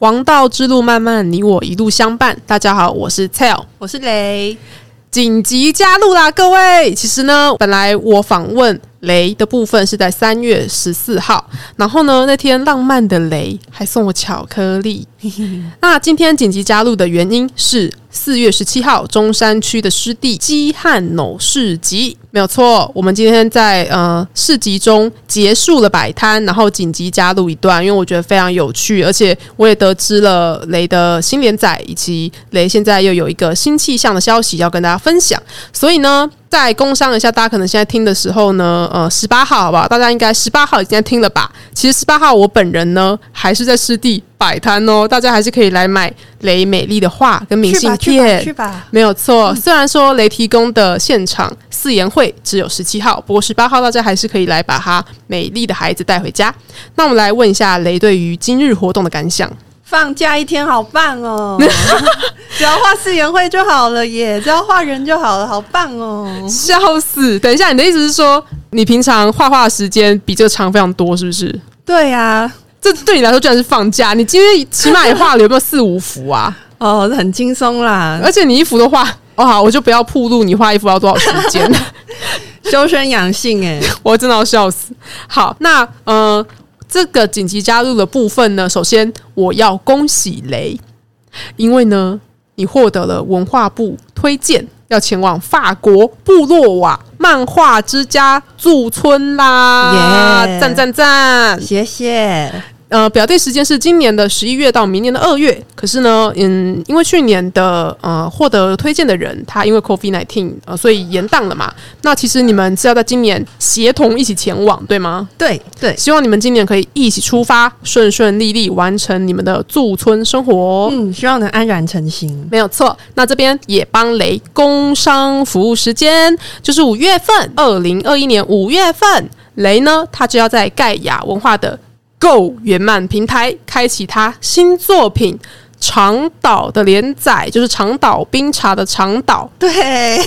王道之路漫漫，你我一路相伴。大家好，我是 Tell，我是雷，紧急加入啦，各位！其实呢，本来我访问雷的部分是在三月十四号，然后呢，那天浪漫的雷还送我巧克力。那今天紧急加入的原因是四月十七号中山区的湿地鸡汉农市集，没有错。我们今天在呃市集中结束了摆摊，然后紧急加入一段，因为我觉得非常有趣，而且我也得知了雷的新连载，以及雷现在又有一个新气象的消息要跟大家分享。所以呢，再工商一下，大家可能现在听的时候呢，呃，十八号好不好？大家应该十八号已经听了吧？其实十八号我本人呢还是在湿地摆摊哦，大家还是可以来买雷美丽的画跟明信片。去吧，嗯没有错，虽然说雷提供的现场四言会只有十七号，不过十八号大家还是可以来把他美丽的孩子带回家。那我们来问一下雷对于今日活动的感 想。放假一天好棒 哦！只要画四元会就好了耶，只要画人就好了，好棒哦！笑死！等一下，你的意思是说，你平常画画的时间比这个长非常多，是不是？对呀、这对你来说居然是放假，你今天起码也画了有没有四五幅啊？哦，很轻松 啦，而且你一幅都画，哦好，我就不要铺路，你画一幅要多少时间？修身养性哎，我真的要笑死。好，那呃，这个紧急加入的部分呢，首先我要恭喜雷，因为呢，你获得了文化部推荐要前往法国布洛瓦漫画之家驻村啦，耶赞赞赞！谢谢。呃，表定时间是今年的十一月到明年的二月。可是呢，嗯，因为去年的呃获得推荐的人，他因为 COVID nineteen 呃，所以延档了嘛。那其实你们是要在今年协同一起前往，对吗？对对，希望你们今年可以一起出发，顺顺利利完成你们的驻村生活。哦嗯，希望能安然成行。没有错，那这边也帮雷工商服务时间，就是五月份，二零二一年五月份，雷呢，他就要在盖亚文化的 Go 圆满平台开启他新作品《长岛》的连载，就是长岛冰茶的长 岛。对，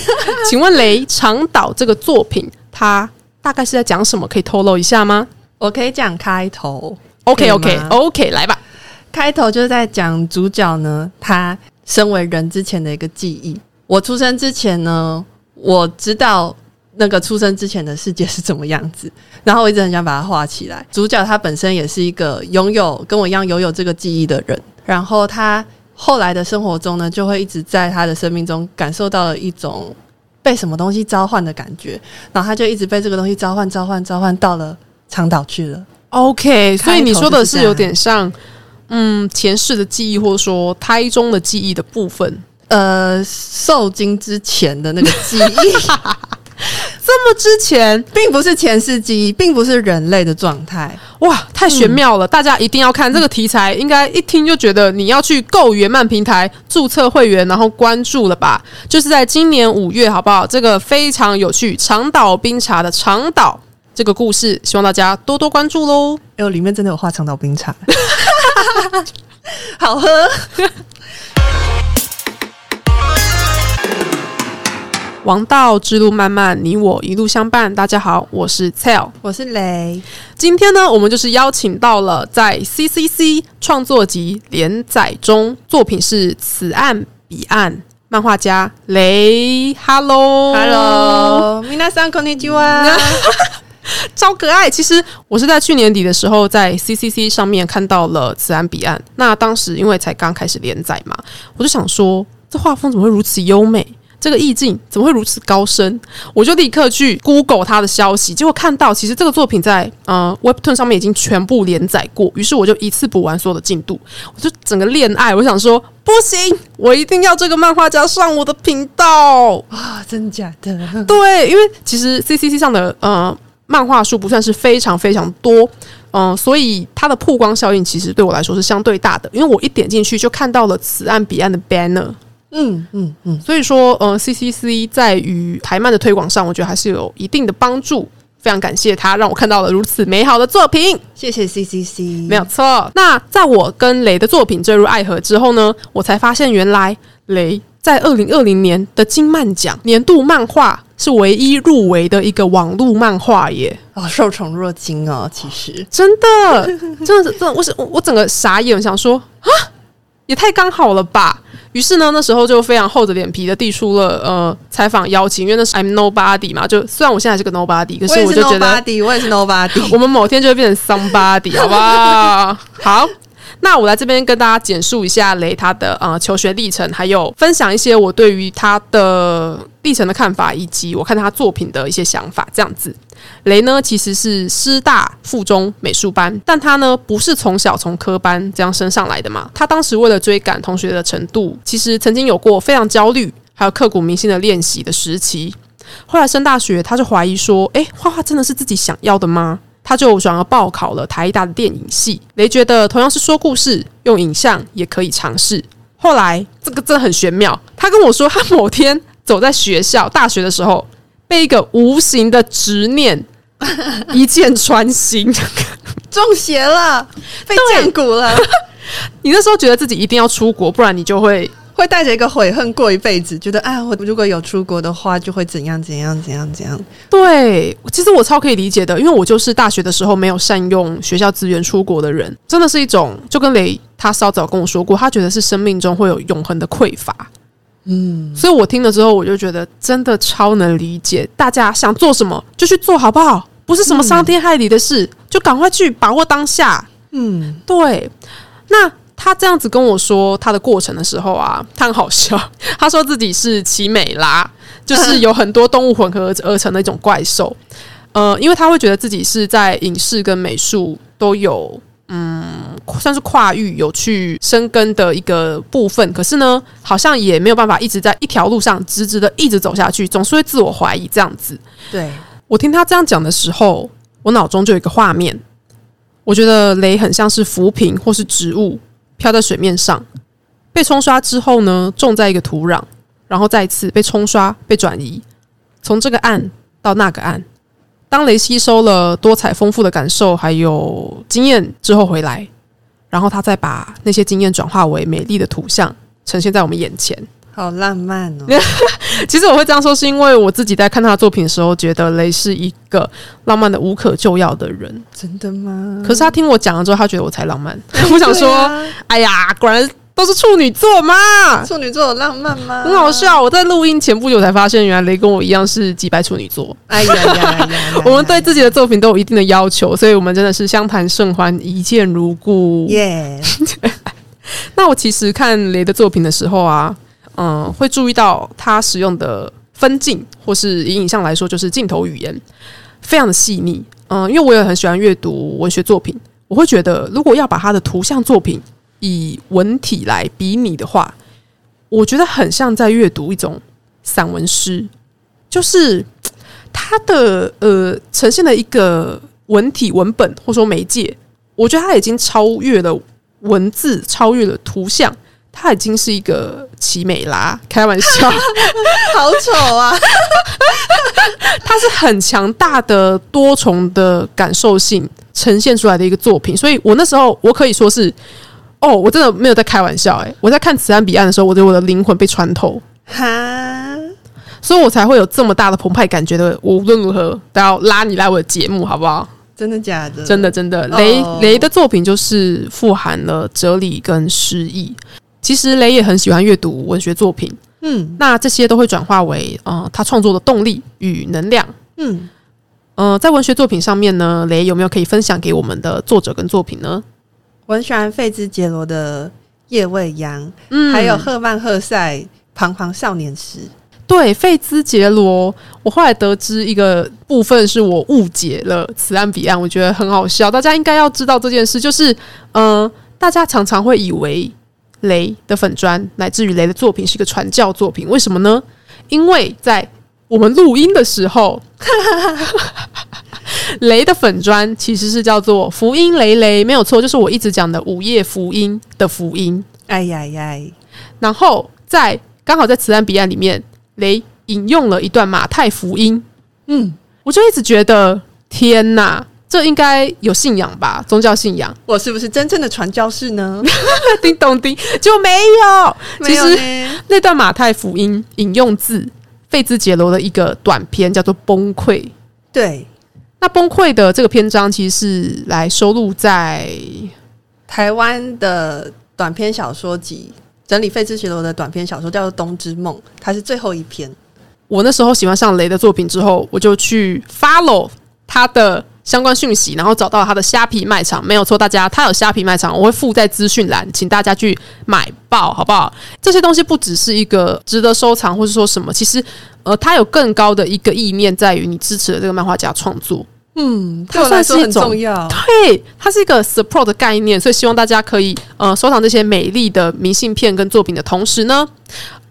请问雷，《长岛》这个作品，它大概是在讲什么？可以透露一下吗我可以讲开头。 ？OK 可以 OK 吗 OK，来吧。开头就是在讲主角呢，他身为人之前的一个记忆。我出生之前呢，我知道那个出生之前的世界是怎么样子，然后我一直很想把它画起来。主角他本身也是一个拥有跟我一样拥有这个记忆的人，然后他后来的生活中呢，就会一直在他的生命中感受到了一种被什么东西召唤的感觉，然后他就一直被这个东西召唤、召唤、召唤到了长岛去了。 OK，所以你说的开头就是这是样有点像，嗯，前世的记忆，或者说胎中的记忆的部分。呃，受精之前的那个记 忆，这么之前，并不是前世记忆，并不是人类的状态。哇，太玄妙了！大家一定要看这个题材，应该一听就觉得你要去购圆漫平台注册会员，然后关注了吧？就是在今年五月，好不好？这个非常有趣，长岛冰茶的长岛这个故事，希望大家多多关注喽。哎呦，里面真的有画长岛冰茶， 好喝。王道之路漫漫，你我一路相伴。大家好，我是 Tell。我是雷，今天呢，我们就是邀请到了在 CCC 创作集连载中，作品是《此岸彼岸》，漫画家雷，Hello Hello，皆さんこんにちは。超可呃爱。其实我是在去年底的时候，在 CCC 上面看到了《此岸彼岸》，那当时因为才刚开始连载嘛，我就想说，这画风怎么会如此优美？这个意境怎么会如此高深？我就立刻去 Google 它的消息，结果看到其实这个作品在呃 Webtoon 上面已经全部连载过，于是我就一次补完所有的进度，我就整个恋爱，我想说不行，我一定要这个漫画家上我的频道，哇，真假的？对，因为其实 CCC 上的呃漫画数不算是非常非常多，嗯、所以它的曝光效应其实对我来说是相对大的，因为我一点进去就看到了此岸彼岸的 banner，嗯嗯嗯，所以说呃 CCC 在于台漫的推广上，我觉得还是有一定的帮助。非常感谢他，让我看到了如此美好的作品。谢谢 CCC。没有，错。那在我跟雷的作品坠入爱河之后呢，我才发现原来雷在二零二零年的金漫奖年度漫画是唯一入围的一个网络漫画耶，哦，受宠若惊哦，其实真的， 真的，真的，我是我我整个傻眼，我想说啊，也太刚好了吧。于是呢，那时候就非常厚着脸皮的递出了呃采访邀请，因为那是 I'm nobody 嘛，就虽然我现在是个 nobody，可是也我是就觉得 nobody，我也是 nobody。 我们某天就会变成 somebody，好不好？好，那我来这边跟大家简述一下雷他的呃求学历程，还有分享一些我对于他的历程的看法，以及我看他作品的一些想法。这样子，雷呢其实是师大附中美术班，但他呢不是从小从科班这样升上来的嘛。他当时为了追赶同学的程度，其实曾经有过非常焦虑，还有刻骨铭心的练习的时期。后来升大学，他就怀疑说：“诶，画画真的是自己想要的吗？”他就转而报考了台艺大的电影系。雷觉得同样是说故事，用影像也可以尝试。后来这个真的很玄妙，他跟我说，他某天走在学校大学的时候，被一个无形的执念一箭穿心。 中邪了，被对降骨了，你那时候觉得自己一定要出国，不然你就会会带着一个悔恨过一辈子，觉得哎，我如果有出国的话，就会怎样怎样怎样怎样。对，其实我超可以理解的，因为我就是大学的时候没有善用学校资源出国的人，真的是一种就跟雷他稍早跟我说过，他觉得是生命中会有永恒的匮乏。嗯，所以我听了之后，我就觉得真的超能理解，大家想做什么就去做好不好？不是什么伤天害理的事，就赶快去把握当下。嗯，对，那他这样子跟我说他的过程的时候啊，他很好笑。 他说自己是奇美拉，就是有很多动物混合而成的一种怪兽。呃，因为他会觉得自己是在影视跟美术都有，嗯，算是跨域有去深耕的一个部分。可是呢，好像也没有办法一直在一条路上直直的一直走下去，总是会自我怀疑这样子。对，我听他这样讲的时候，我脑中就有一个画面，我觉得雷很像是浮萍或是植物飘在水面上，被冲刷之后呢，种在一个土壤，然后再次被冲刷、被转移，从这个岸到那个岸。当雷吸收了多彩丰富的感受还有经验之后回来，然后他再把那些经验转化为美丽的图像，呈现在我们眼前。好浪漫 哦。其实我会这样说，是因为我自己在看他的作品的时候，觉得雷是一个浪漫的无可救药的人。真的吗？可是他听我讲了之后，他觉得我才浪漫。 我想说，对啊哎呀，果然都是处女座嘛， 处女座有浪漫吗？很好。笑。我在录音前不久才发现，原来雷跟我一样是几白处女座。哎呀呀呀呀！我们对自己的作品都有一定的要求，所以我们真的是相谈甚欢，一见如故。耶那我其实看雷的作品的时候啊，嗯，会注意到他使用的分镜，或是以影像来说，就是镜头语言非常的细腻。嗯，因为我也很喜欢阅读文学作品，我会觉得如果要把他的图像作品以文体来比拟的话，我觉得很像在阅读一种散文诗，就是他的呃呈现的一个文体文本或者说媒介，我觉得他已经超越了文字超越了图像，它已经是一个奇美拉。开玩笑，好丑啊！ 它是很强大的多重的感受性呈现出来的一个作品。所以我那时候我可以说是，哦，我真的没有在开玩笑、欸。诶，我在看《此岸彼岸》的时候，我的我的灵魂被穿透，哈，所以我才会有这么大的澎湃感觉的。我无论如何都要拉你来我的节目，好不好？真的假的？真的真的，哦雷、雷的作品就是富含了哲理跟诗意。其实雷也很喜欢阅读文学作品，嗯那这些都会转化为呃他创作的动力与能量。嗯，呃，在文学作品上面呢，雷有没有可以分享给我们的作者跟作品呢？我很喜欢费兹杰罗的《夜未央》，嗯还有赫曼·赫塞《彷徨少年时》。对费兹杰罗，我后来得知一个部分是我误解了此岸彼岸，我觉得很好笑。大家应该要知道这件事，就是呃，大家常常会以为雷的粉砖乃至于雷的作品是一个传教作品，为什么呢？因为在我们录音的时候， 雷的粉砖其实是叫做福音雷雷，没有错，就是我一直讲的午夜福音的福音。哎呀呀！然后在刚好在《此岸彼岸》里面，雷引用了一段马太福音，嗯，我就一直觉得天哪，这应该有信仰吧？宗教信仰？ 我是不是真正的传教士呢？叮咚叮，就没有。 其没有实呢那段马太福音引用自费兹杰罗的一个短篇，叫做《崩溃》。对那崩溃的这个篇章其实是来收录在台湾的短篇小说集。整理费兹杰罗的短篇小说叫做《冬之梦》，它是最后一篇。我那时候喜欢上雷的作品之后，我就去 follow 他的相关讯息，然后找到他的虾皮卖场，没有错，大家他有虾皮卖场，我会附在资讯栏，请大家去买爆，好不好？这些东西不只是一个值得收藏，或是说什么，其实呃，它有更高的一个意念，在于你支持了这个漫画家创作。嗯，它对我算来说是一很种重要。对，它是一个 support 的概念，所以希望大家可以呃收藏这些美丽的明信片跟作品的同时呢，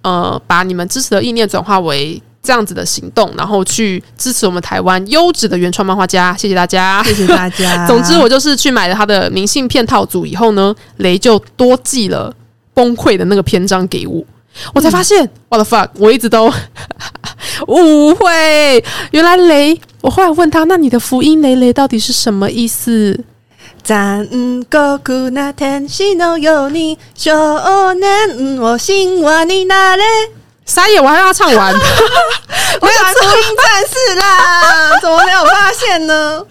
呃，把你们支持的意念转化为这样子的行动，然后去支持我们台湾优质的原创漫画家。 谢谢大家。谢谢啊大家。总之，我就是去买了他的明信片套组以后呢，雷就多寄了崩溃的那个篇章给我，我才发现、我 w h a t the fuck，我一直都 误会，原来雷。我后来问他，那你的福音雷雷到底是什么意思？咱嗯高古那天西诺有你，少年嗯我心我你那 嘞，傻眼，我还让他唱 完。 我想福音战士啦， 怎么没有发现呢？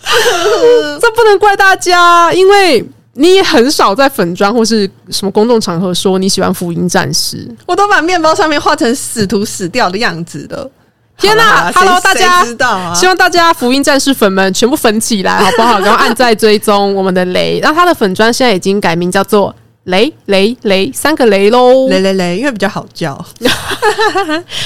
这不能怪大家，因为你也很少在粉砖或是什么公众场合说你喜欢福音战士。我都把面包上面画成死徒死掉的样子了。天哪、哪 h e l l o 大家知。道啊？希望大家福音战士粉们全部粉起来，好不好？然后按在追踪我们的雷，那他的粉砖现在已经改名叫做雷雷雷三个雷喽。雷雷雷，因为比较好叫。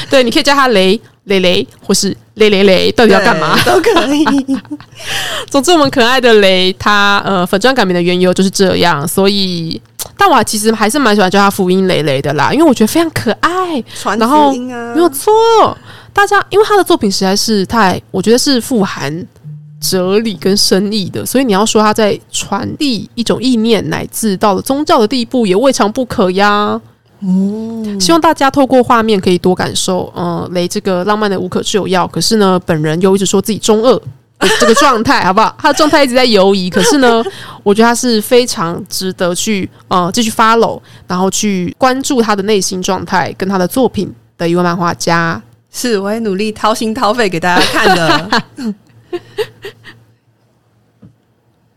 对，你可以叫他雷雷雷，或是雷雷雷，到底要干嘛？对都可以。 总之，我们可爱的雷，他呃粉砖改名的缘由就是这样，所以，但我其实还是蛮喜欢叫他福音雷雷的啦，因为我觉得非常可爱，传然后福音啊，没有错。大家因为他的作品实在是太，我觉得是富含哲理跟深意的，所以你要说他在传递一种意念，乃至到了宗教的地步，也未尝不可呀。希望大家透过画面可以多感受，嗯，雷这个浪漫的无可救药。可是呢，本人又一直说自己中二的这个状态，好不好？他的状态一直在游移。可是呢， 我觉得他是非常值得去呃继续 follow，然后去关注他的内心状态跟他的作品的一位漫画家。是我会努力掏心掏肺给大家看的。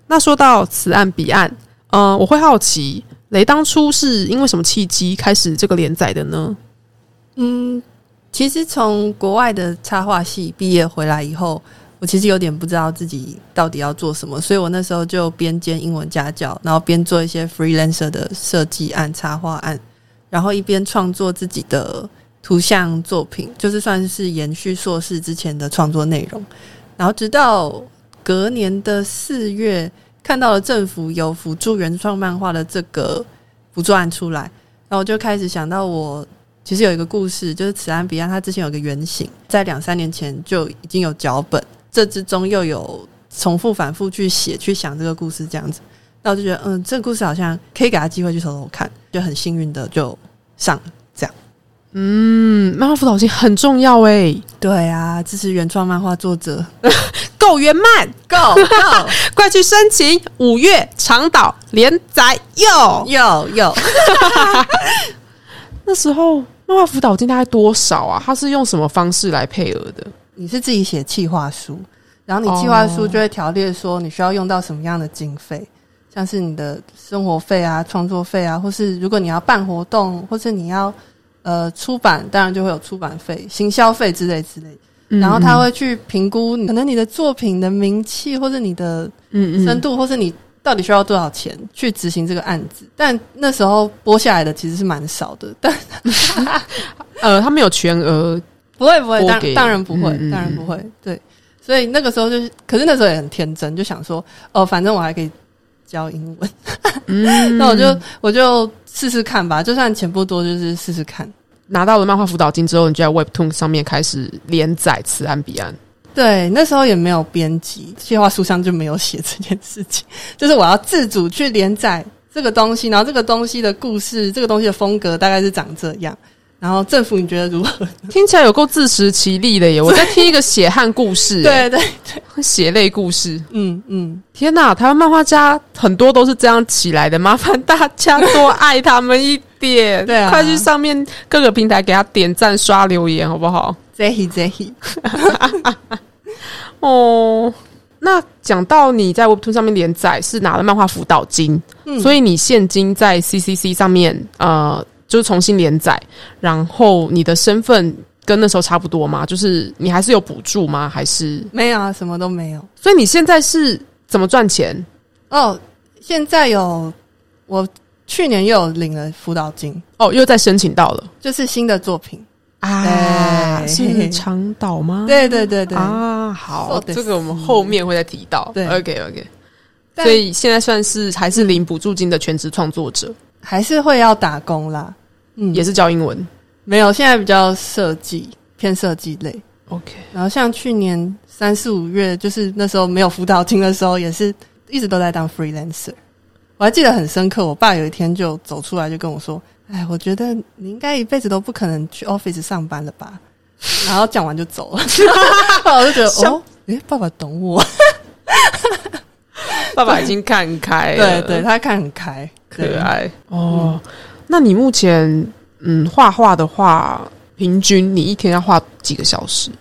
那说到此岸彼岸，嗯、我会好奇雷当初是因为什么契机开始这个连载的呢？嗯，其实从国外的插画系毕业回来以后，我其实有点不知道自己到底要做什么，所以我那时候就边兼英文家教，然后边做一些 freelancer 的设计案、插画案，然后一边创作自己的图像作品，就是算是延续硕士之前的创作内容。然后直到隔年的四月，看到了政府有辅助原创漫画的这个补助案出来，然后我就开始想到我其实有一个故事，就是此岸彼岸，它之前有个原型，在两三年前就已经有脚本，这之中又有重复反复去写、去想这个故事这样子。那我就觉得，嗯，这个故事好像可以给他机会去偷偷看，就很幸运的就上了。嗯，漫画辅导性很重要欸诶、对啊，支持原创漫画作者够圆满， ，Go Go 快去申请五月长岛连载哟！有有，那时候漫画辅导金大概多少啊？它是用什么方式来配额的？你是自己写企划书，然后你企划书就会条列说你需要用到什么样的经费，像是你的生活费啊、创作费啊，或是如果你要办活动，或是你要呃出版，当然就会有出版费、行销费之类之类。嗯然后他会去评估你可能你的作品的名气，或者你的嗯深度，或是你到底需要多少钱去执行这个案子。但那时候拨下来的其实是蛮少的，但呃，他们有全额，不会不会，拨当给当然不会，嗯嗯当然不会。对，所以那个时候就是，可是那时候也很天真，就想说，哦，反正我还可以教英文，嗯 那我就我就试试看吧，就算钱不多，就是试试看。拿到了漫画辅导金之后，你就在 Webtoon 上面开始连载《此岸彼岸》。对，那时候也没有编辑，计划书上就没有写这件事情， 就是我要自主去连载这个东西，然后这个东西的故事，这个东西的风格大概是长这样，然后政府你觉得如何？听起来有够自食其力的耶！我在听一个血汗故事， 对对，对，血泪故事。嗯嗯，天哪，台湾漫画家很多都是这样起来的，麻烦大家多爱他们一点，对啊快去上面各个平台给他点赞、刷留言，好不好？这一这一，哦，那讲到你在 Webtoon 上面连载是拿了漫画辅导金，嗯所以你现今在 CCC 上面呃，就是重新连载，然后你的身份跟那时候差不多吗？就是你还是有补助吗？还是没有啊，什么都没有。所以你现在是怎么赚钱？哦，现在有我去年又有领了辅导金，哦，又再申请到了就是新的作品。啊，对是长岛吗？对对对对，啊，好，そうです这个我们后面会再提到。对，OK OK，但所以现在算是还是领补助金的全职创作者，还是会要打工啦。嗯，也是教英文。没有，现在比较设计偏设计类。 OK，然后像去年三四五月，就是那时候没有辅导金的时候，也是一直都在当 freelancer。我还记得很深刻，我爸有一天就走出来就跟我说：“哎，我觉得你应该一辈子都不可能去 office 上班了吧？”然后讲完就走 了，我就觉得像哦，诶，爸爸懂我，爸爸已经看开对了， 对，，他看很开，对可爱哦。那你目前嗯画画的话，平均你一天要画几个小时？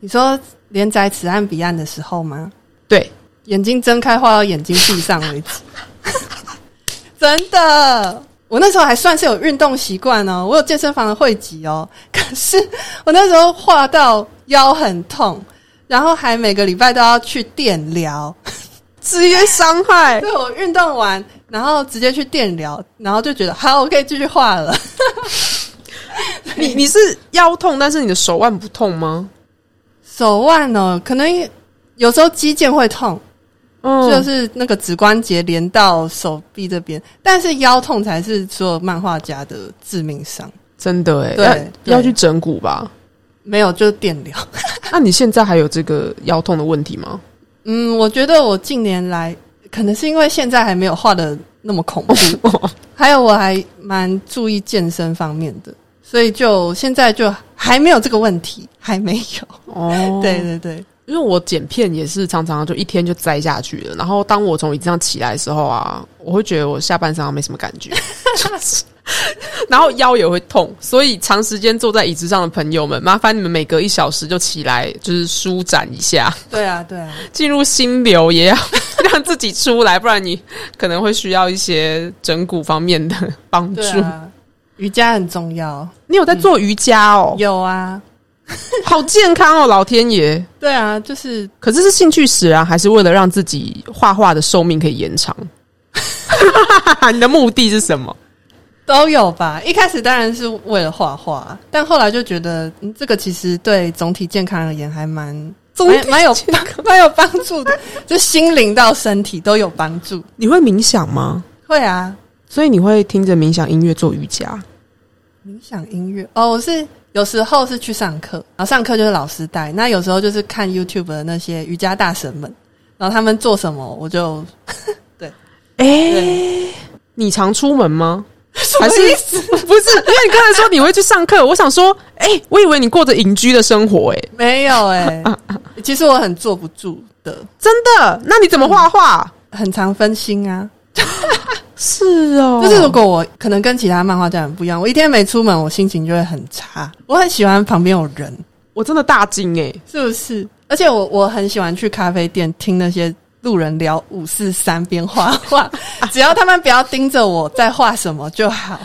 你说连载此岸彼岸的时候吗？对，眼睛睁开，画到眼睛闭上为止。 真的，我那时候还算是有运动习惯哦，我有健身房的会籍哦。 可是我那时候画到腰很痛，然后还每个礼拜都要去电疗。职业伤害对我运动完，然后直接去电疗，然后就觉得好，我可以继续画了。你你是腰痛，但是你的手腕不痛吗？手腕哦，可能有时候肌腱会痛，嗯就是那个指关节连到手臂这边，但是腰痛才是所有漫画家的致命伤。真的哎、对对要要去整骨吧？没有，就是电疗。 那你现在还有这个腰痛的问题吗？嗯，我觉得我近年来可能是因为现在还没有画的那么恐怖， 还有我还蛮注意健身方面的，所以就现在就还没有这个问题，还没有。哦 对，对对，因为我剪片也是常常就一天就栽下去了，然后当我从椅子上起来的时候啊，我会觉得我下半身好像没什么感 觉，就是然后腰也会痛，所以长时间坐在椅子上的朋友们，麻烦你们每隔一小时就起来，就是舒展一下，对啊对啊，进入心流也要 让自己出来，不然你可能会需要一些整骨方面的帮 助。对啊，瑜伽很重要。你有在做瑜伽哦， 有啊，好健康哦，老天爷！对啊，就是可是是兴趣使然，还是为了让自己画画的寿命可以延 长？你的目的是什么？都有吧。一开始当然是为了画画，但后来就觉得、嗯、这个其实对总体健康而言还蛮蛮蛮有帮 蛮有帮助的，就心灵到身体都有帮助。你会冥想吗？会啊，所以你会听着冥想音乐做瑜伽？冥想音乐哦，我是有时候是去上课，然后上课就是老师带，那有时候就是看 YouTube 的那些瑜伽大神们，然后他们做什么我就哎、对你常出门吗？还还是是 不是？因为你刚才说你会去上课，我想说，哎、我以为你过着隐居的生活、哎，没有哎、其实我很坐不住的，真的？那你怎么画画？很常分心啊。是哦就是如果我可能跟其他漫画家很不一样，我一天没出门，我心情就会很差。我很喜欢旁边有人，我真的大惊哎、是不是？而且我我很喜欢去咖啡店听那些路人聊五四三边画画，只要他们不要盯着我在画什么就好。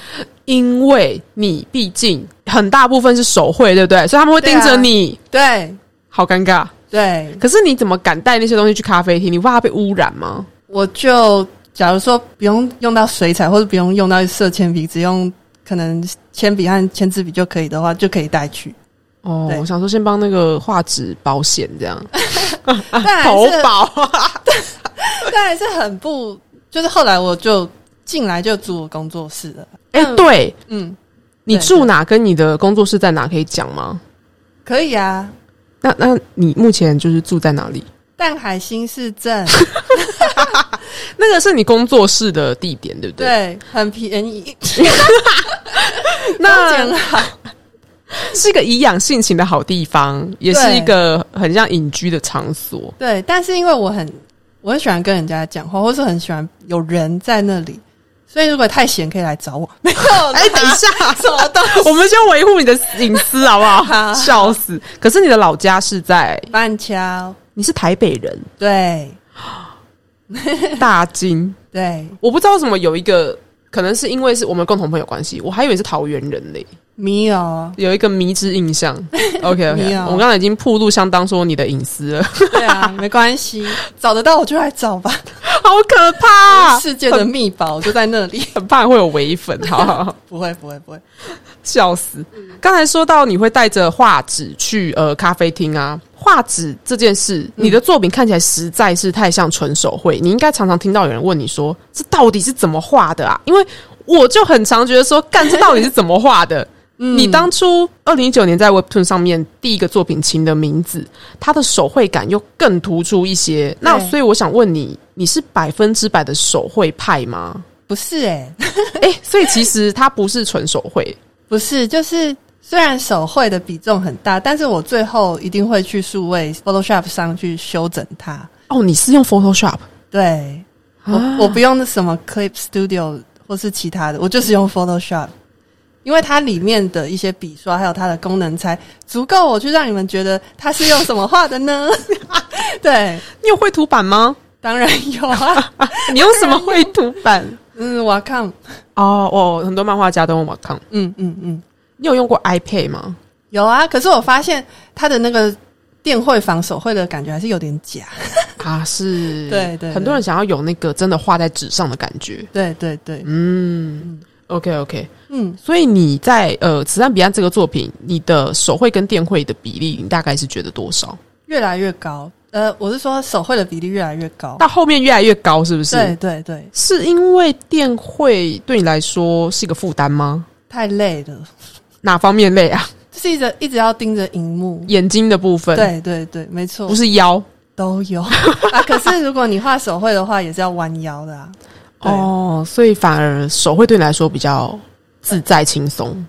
因为你毕竟很大部分是手绘，对不对？所以他们会盯对着啊你，对好尴尬。对，可是你怎么敢带那些东西去咖啡厅？你不怕它被污染吗？我就假如说不用用到水彩，或者不用用到色铅笔，只用可能铅笔和签字笔就可以的话，就可以带去。哦，对我想说先帮那个画质保险这样，但 还投是保。 当然是很不，就是后来我就进来就住我工作室了。 哎、 对嗯，你住哪跟你的工作室在哪可以讲吗？可以啊。那那你目前就是住在哪里？ 淡海新市镇，那个是你工作室的地点，对不对？对，很便宜， 那很好。是一个颐养性情的好地方，也是对一个很像隐居的场所。对，但是因为我很我很喜欢跟人家讲话，或是很喜欢有人在那里，所以如果太闲可以来找我。 没有，哎、等一 下，什么东西？我们先维护你的隐私好不 好？好笑死！可是你的老家是在，半敲，你是台北人，对大金。对， 我不知道为什么有一个，可能是因为是我们共同朋友关系，我还以为是桃园人嘞，，米哦有有一个迷之印 象。OK 没 OK，有我们刚才已经暴露相当说你的隐私了，对啊，没关系，找得到我就来找吧。 好可怕、世界的秘宝就在那里， 很怕会有伪粉，好好好不会不会不会，笑死！刚才说到你会带着画纸去呃咖啡厅啊，画纸这件事，你的作品看起来实在是太像纯手绘，你应该常常听到有人问你说这到底是怎么画的啊？因为我就很常觉得说，干这到底是怎么画的？嗯你当初二零一九年在 Webtoon 上面第一个作品《情的名字》，它的手绘感又更突出一些。那对所以我想问你，你是百分之百的手绘派吗？不是哎、诶，所以其实它不是纯手绘，不是，就是虽然手绘的比重很大，但是我最后一定会去数位 Photoshop 上去修整它。哦，你是用 Photoshop 对我、我不用那什么 Clip Studio 或是其他的，我就是用 Photoshop，因为它里面的一些笔刷还有它的功能才足够我去让你们觉得它是用什么画的呢？ 对，你有绘图板吗？当然有啊，你用什么绘图板？嗯，我看，哦哦，很多漫画家都用 Wacom。嗯嗯嗯，你有用过 iPad 吗？有啊。可是我发现它的那个电绘房手绘的感觉还是有点假。啊，是，对对对很多人想要有那个真的画在纸上的感觉。对对对，嗯，OK OK，嗯，所以你在呃《慈善彼岸》这个作品，你的手绘跟电绘的比例，你大概是觉得多少？越来越高。呃，我是说手绘的比例越来越高。到后面越来越高，是不对是？对对，是因为电绘对你来说是一个负担吗？太累了，哪方面累啊？就是一直一直要盯着荧幕。眼睛的部分，，对对对，没错，不是腰。都有啊。可是如果你画手绘的话，也是要弯腰的啊。对，哦，所以反而手绘对你来说比较自在轻松。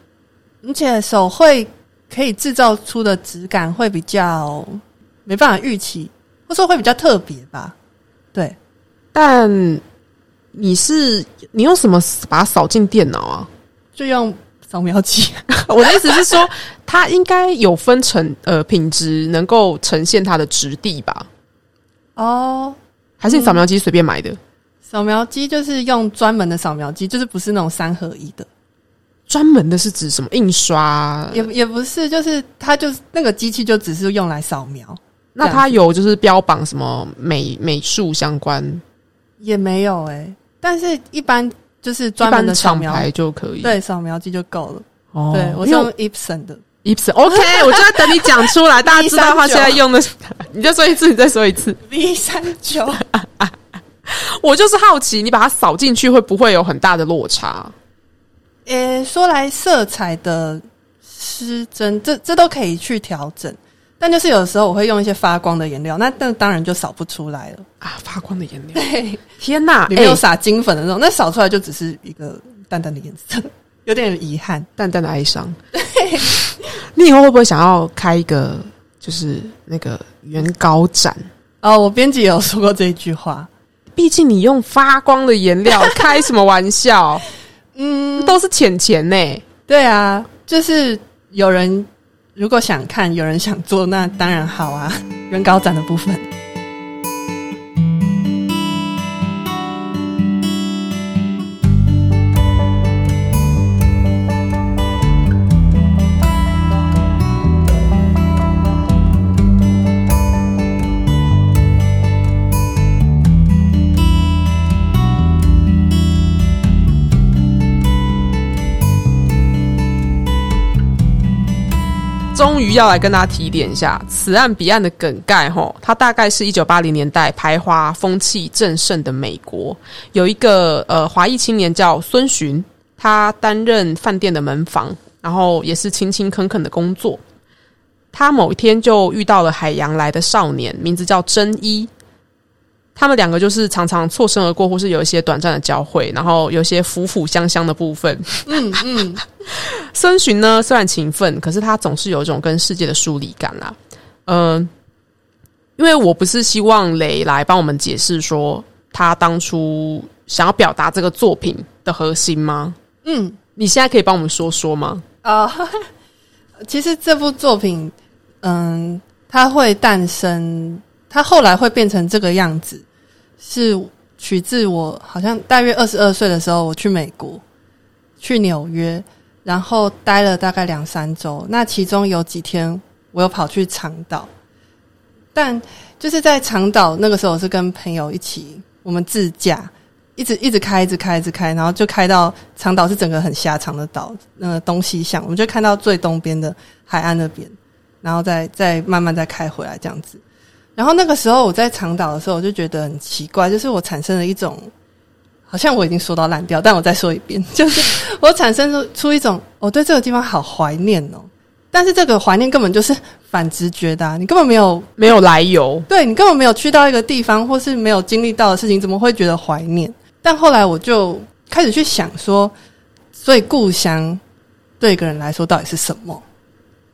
而且手绘可以制造出的质感会比较没办法预期，或者说会比较特别吧。对，但你是你用什么把它扫进电脑啊？ 就用扫描机。我的意思是说，它应该有分成呃品质，能够呈现它的质地吧？哦，还是你扫描机随便买的？嗯扫描机就是用专门的扫描机，就是不是那种三合一的。专门的是指什么印刷？也也不是，就是它就是那个机器就只是用来扫描，那它有就是标榜什么美美术相关，也没有哎、但是一般就是一专门般的扫厂描，牌就可以。，对扫描机就够了。哦对我是因为用 Epson 的， Epson OK，我 就在等你讲出来，大家知道他现在用的是， 你再说一次，你再说一次。 V 三九，我就是好奇，你把它扫进去会不会有很大的落差？呃，说来色彩的失真，这这都可以去调整。但就是有时候我会用一些发光的颜料，那那当然就扫不出来了。啊，发光的颜料！对，天哪，里面有哎撒金粉的那种，那扫出来就只是一个淡淡的颜色，有点遗憾。淡淡的哀伤。 你以后会不会想要开一个就是那个原稿展？哦，我编辑也有说过这一句话，毕竟你用发光的颜 料，开什么玩笑？嗯，都是钱钱呢、对啊，就是有人如果想看，有人想做，那当然好啊。 人稿展的部分，终于要来跟大家提点一下，此岸彼岸的梗概吼，它大概是一九八零年代排华风气正盛的美国，有一个呃华裔青年叫孙寻，他担任饭店的门房，然后也是勤勤恳恳的工作。他某一天就遇到了海洋来的少年，名字叫真一。他们两个就是常常错身而过，或是有一些短暂的交汇，然后有一些浮浮相相的部分。嗯嗯，孙寻呢，虽然勤奋，可是他总是有一种跟世界的疏离感啦。嗯、因为我不是希望雷来帮我们解释说他当初想要表达这个作品的核心吗？嗯你现在可以帮我们说说吗？啊、 其实这部作品，嗯，它会诞生，它后来会变成这个样子，是取自我好像大约二十二岁的时候，我去美国，去纽约，然后待了大概两三周。那其中有几天，我又跑去长岛，但就是在长岛那个时候，我是跟朋友一起，我们自驾。一直一直开，一直开，一直开，然后就开到长岛是整个很狭长的岛，那个东西向，我们就看到最东边的海岸那边，然后再再慢慢再开回来这样子。然后那个时候我在长岛的时候，我就觉得很奇怪，就是我产生了一种，好像我已经说到烂掉，但我再说一遍， 就是我产生出出一种，我对这个地方好怀念哦。但是这个怀念根本就是反直觉的、啊，你根本没有没有来由，对你根本没有去到一个地方，或是没有经历到的事情，怎么会觉得怀念？但后来我就开始去想说，所以故乡对一个人来说到底是什么？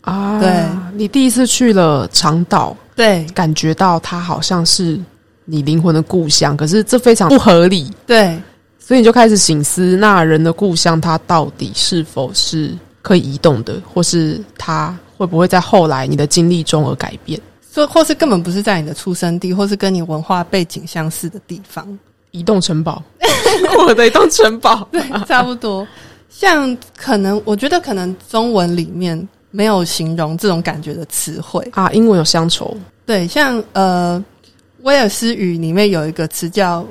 啊对，你第一次去了长岛，对感觉到它好像是你灵魂的故乡，可是这非常不合理，对所以你就开始醒思，那人的故乡它到底是否是可以移动的，或是它会不会在后来你的经历中而改变？ 所以或是根本不是在你的出生地，或是跟你文化背景相似的地方，移动城堡，我的移动城堡，对，差不多。 像可能我觉得可能中文里面没有形容这种感觉的词汇， 啊，英文有乡愁，对，像呃威尔斯语里面有一个词叫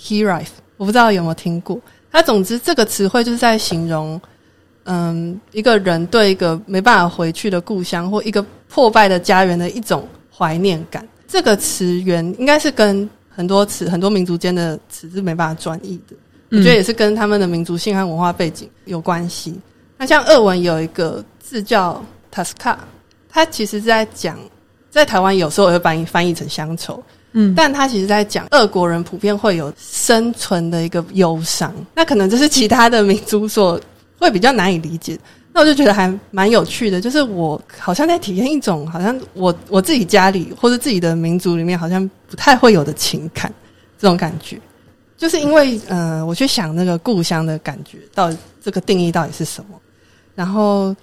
“herife”，我不知道有没有听过。它总之这个词汇就是在形容，嗯，一个人对一个没办法回去的故乡或一个破败的家园的一种怀念感。这个词源应该是跟很多词、很多民族间的词是没办法转译的。嗯我觉得也是跟他们的民族性和文化背景有关系。那像俄文有一个字叫 “taska”，它其实是在讲，在台湾有时候也会翻译翻译成乡愁，嗯但它其实在讲俄国人普遍会有生存的一个忧伤，那可能这是其他的民族所会比较难以理解。那我就觉得还蛮有趣的，就是我好像在体验一种好像我我自己家里或者自己的民族里面好像不太会有的情感，这种感觉，就是因为呃，我去想那个故乡的感觉到底这个定义到底是什么，然后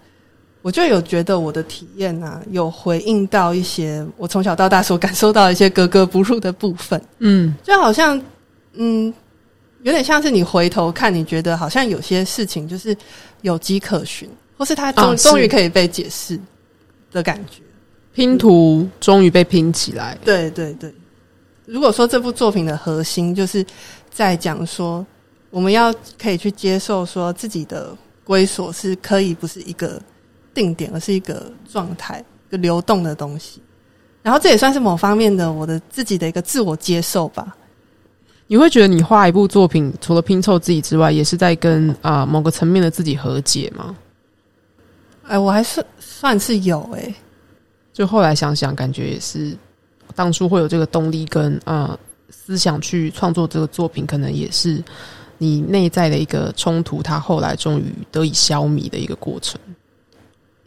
我就有觉得我的体验啊，有回应到一些我从小到大所感受到一些格格不入的部分，嗯就好像嗯，有点像是你回头看，你觉得好像有些事情就是有迹可循，或是它终啊是终于可以被解释的感觉。拼图终于被拼起来，对对对，如果说这部作品的核心就是在讲说，我们要可以去接受说自己的归所是可以不是一个定点，而是一个状态，一个流动的东西。然后这也算是某方面的我的自己的一个自我接受吧。你会觉得你画一部作品，除了拼凑自己之外，也是在跟啊、某个层面的自己和解吗？哎，我还算算是有哎、就后来想想，感觉也是当初会有这个动力跟啊、思想去创作这个作品，可能也是你内在的一个冲突，它后来终于得以消弭的一个过程。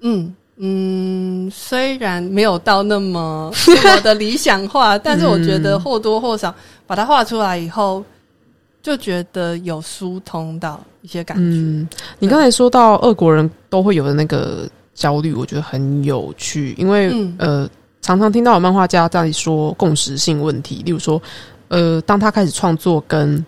嗯嗯，虽然没有到 那么那么的理想化，但是我觉嗯得或多或少把它画出来以后，就觉得有疏通到一些感觉。嗯，你刚才说到俄国人都会有的那个焦虑，我觉得很有趣，因为、嗯呃，常常听到有漫画家在说共识性问题，例如说，呃，当他开始创作跟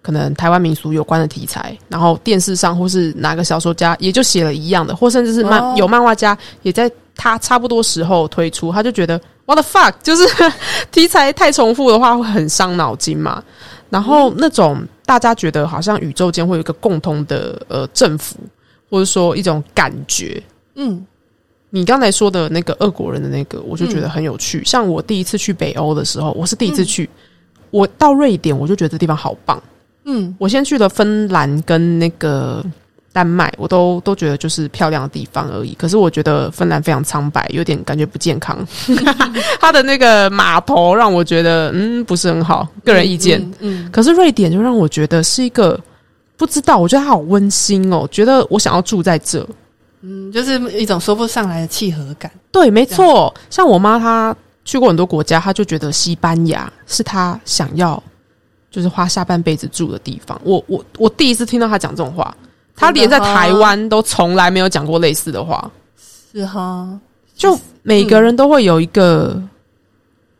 可能台湾民俗有关的题材，然后电视上或是哪个小说家也就写了一样的，或甚至是漫、哦有漫画家也在他差不多时候推出，他就觉得 what the fuck，就是题材太重复的话会很伤脑筋嘛。然后那种大家觉得好像宇宙间会有一个共通的呃政府，或者说一种感觉，嗯你刚才说的那个俄国人的那个，我就觉得很有趣。像我第一次去北欧的时候，我是第一嗯次去，我到瑞典我就觉得这地方好棒。嗯我先去了芬兰跟那个丹麦，我都都觉得就是漂亮的地方而已。可是我觉得芬兰非常苍白，有点感觉不健 康。它的那个码头让我觉得嗯不是很好，个人意见。嗯，可是瑞典就让我觉得是一个不知道，我觉得它好温馨哦，觉得我想要住在这。嗯，嗯就是一种说不上来的契合感。对，没错。像我妈她去过很多国家，她就觉得西班牙是她想要就是花下半辈子住的地方。我我我第一次听到她讲这种话，她连在真的哦台湾都从来没有讲过类似的话。是哈，就每嗯个人都会有一个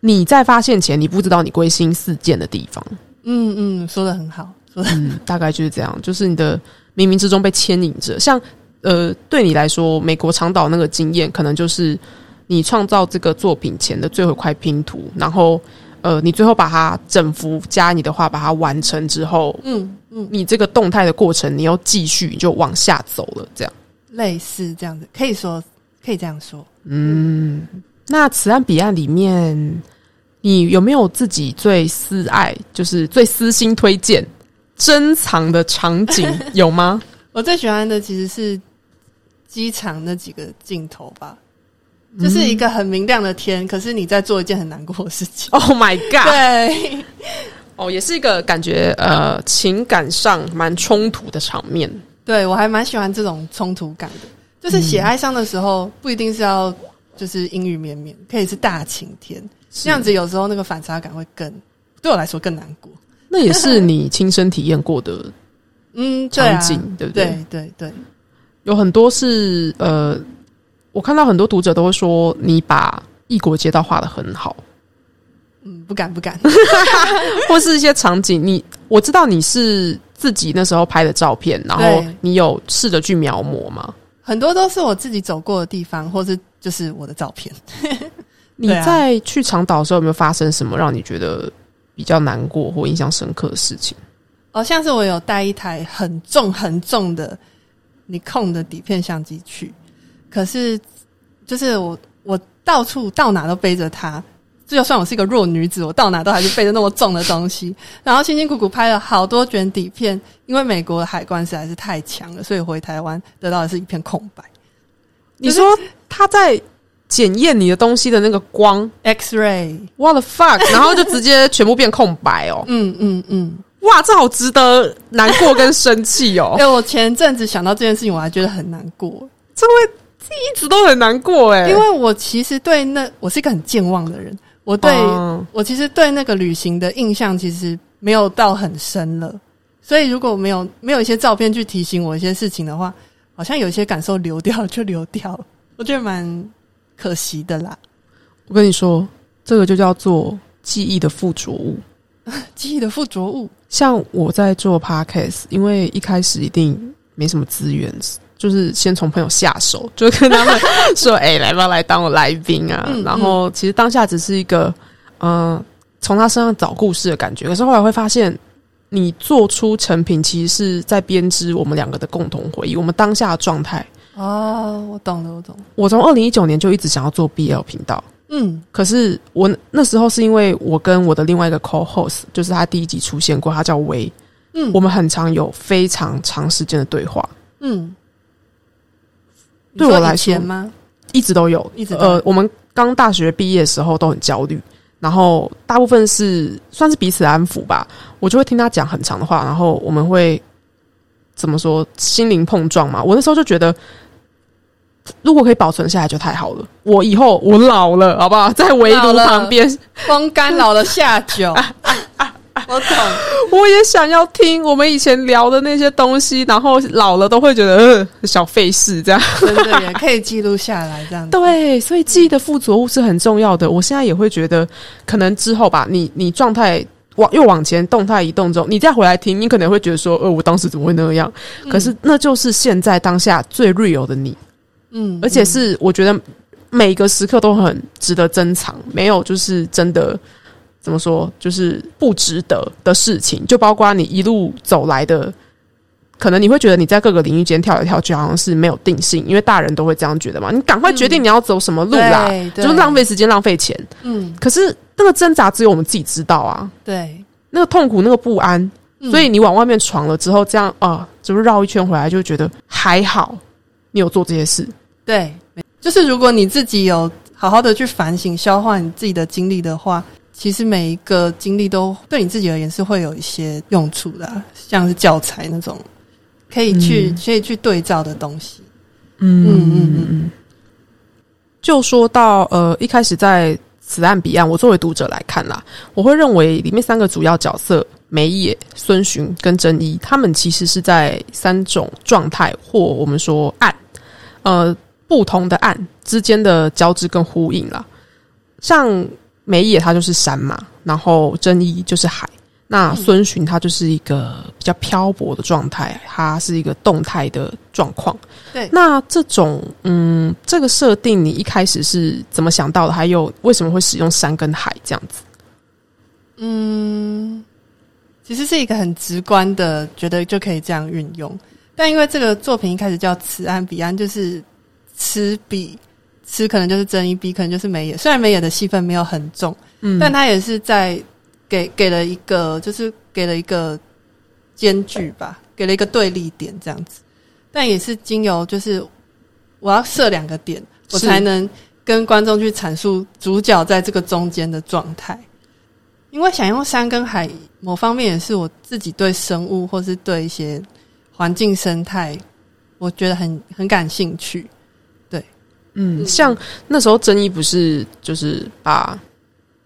你在发现前你不知道你归心似箭的地方，嗯嗯，说的很好，说的嗯，大概就是这样，就是你的冥冥之中被牵引着。像呃，对你来说，美国长岛那个经验，可能就是你创造这个作品前的最后一块拼图，然后呃，你最后把它整幅加你的话把它完成之后，嗯嗯，你这个动态的过程，你又继续你就往下走了，这样。类似这样子，可以说可以这样说。那此岸彼岸里面，你有没有自己最私爱，就是最私心推荐珍藏的场景有吗？我最喜欢的其实是机场那几个镜头吧，就是一个很明亮的天，可是你在做一件很难过的事情。 Oh my god！对，哦，也是一个感觉呃情感上蛮冲突的场面。对我还蛮喜欢这种冲突感的，就是写哀伤的时候，不一定是要就是阴雨绵绵，可以是大晴天，这样子有时候那个反差感会更对我来说更难过。那也是你亲身体验过的嗯，对场啊，景，对不对？对对对，有很多是呃，我看到很多读者都会说你把异国街道画的很 好，嗯，不敢不敢， 或是一些场景，你我知道你是自己那时候拍的照片，然后对你有试着去描摹吗？很多都是我自己走过的地方，或是就是我的照片。你对啊在去长岛的时候有没有发生什么让你觉得比较难过或印象深刻的事情？哦，像是我有带一台很重很重的尼控的底片相机去，可是就是我我到处到哪都背着它，就算我是一个弱女子，我到哪都还是背着那么重的东西，然后辛辛苦苦拍了好多卷底片，因为美国的海关实在是太强了，所以回台湾得到的是一片空白。你说他在检验你的东西的那个光 X-ray， ，what the fuck，然后就直接全部变空白哦，嗯嗯嗯，哇，这好值得难过跟生气因哦，为哎我前阵子想到这件事情，我还觉得很难过，这会 一直都很难过哎，因为我其实对那我是一个很健忘的人，我对、嗯我其实对那个旅行的印象其实没有到很深了，所以如果没有没有一些照片去提醒我一些事情的话，好像有一些感受流掉 了就流掉了，我觉得蛮可惜的啦。我跟你说，这个就叫做记忆的附着物。记忆的附着物，像我在做 podcast，因为一开始一定没什么资源，就是先从朋友下手，就跟他们说：“哎、来吧，来当我来宾啊。嗯然后其实当下只是一个，嗯、从他身上找故事的感觉。可是后来会发现，你做出成品其实是在编织我们两个的共同回忆，我们当下的状态。哦，我懂了，我懂了，我从二零一九年就一直想要做 BL 频道，嗯可是我那时候是因为我跟我的另外一个 co-host，就是他第一集出现过，他叫薇，嗯我们很常有非常长时间的对话，嗯，你对说我来以前说吗？一直都有，一直都有呃，我们刚大学毕业的时候都很焦虑，然后大部分是算是彼此安抚吧，我就会听他讲很长的话，然后我们会怎么说心灵碰撞嘛？我那时候就觉得。如果可以保存下来就太好了。我以后我老了，好不好？在围老炉了旁边风干扰了下 酒，我懂，我也想要听我们以前聊的那些东西，然后老了都会觉得呃小费事这样。真的也可以记录下来这样 子。对，所以记忆的附着物是很重要的。我现在也会觉得，可能之后吧，你你状态往又往前动态移动中，你再回来听，你可能会觉得说，呃，我当时怎么会那样？可是那就是现在当下最 real 的你，嗯，而且是我觉得每个时刻都很值得珍藏，没有就是真的。怎么说？就是不值得的事情，就包括你一路走来的，可能你会觉得你在各个领域间跳来跳去，好像是没有定性，因为大人都会这样觉得嘛。你赶快决定你要走什么路啦，对嗯对就是浪费时间、浪费钱。嗯，可是那个挣扎只有我们自己知道啊，对，那个痛苦、那个不安，嗯所以你往外面闯了之后，这样啊，就是绕一圈回来，就觉得还好，你有做这些事。对，没就是如果你自己有好好的去反省、消化你自己的经历的话，其实每一个经历都对你自己而言是会有一些用处的啊、像是教材那种可以去、可以去对照的东西。嗯嗯嗯嗯，就说到呃，一开始在此岸彼岸，我作为读者来看啦，我会认为里面三个主要角色梅野、孙寻跟真一，他们其实是在三种状态或我们说暗呃不同的暗之间的交织跟呼应啦。像梅野他就是山嘛，然后真一就是海。那孙寻他就是一个比较漂泊的状态，他是一个动态的状况。对那这种嗯，这个设定你一开始是怎么想到的？还有为什么会使用山跟海这样子？嗯，其实是一个很直观的，觉得就可以这样运用。但因为这个作品一开始叫“此岸彼岸”，就是此彼此可能就是真一彼，可能就是梅野。虽然梅野的戏份没有很重，嗯但他也是在给给了一个，就是给了一个间距吧，给了一个对立点这样子。但也是经由就是我要设两个点，我是才能跟观众去阐述主角在这个中间的状态。因为想用山跟海，某方面也是我自己对生物或是对一些环境生态，我觉得很很感兴趣。嗯，像那时候真一不是就是把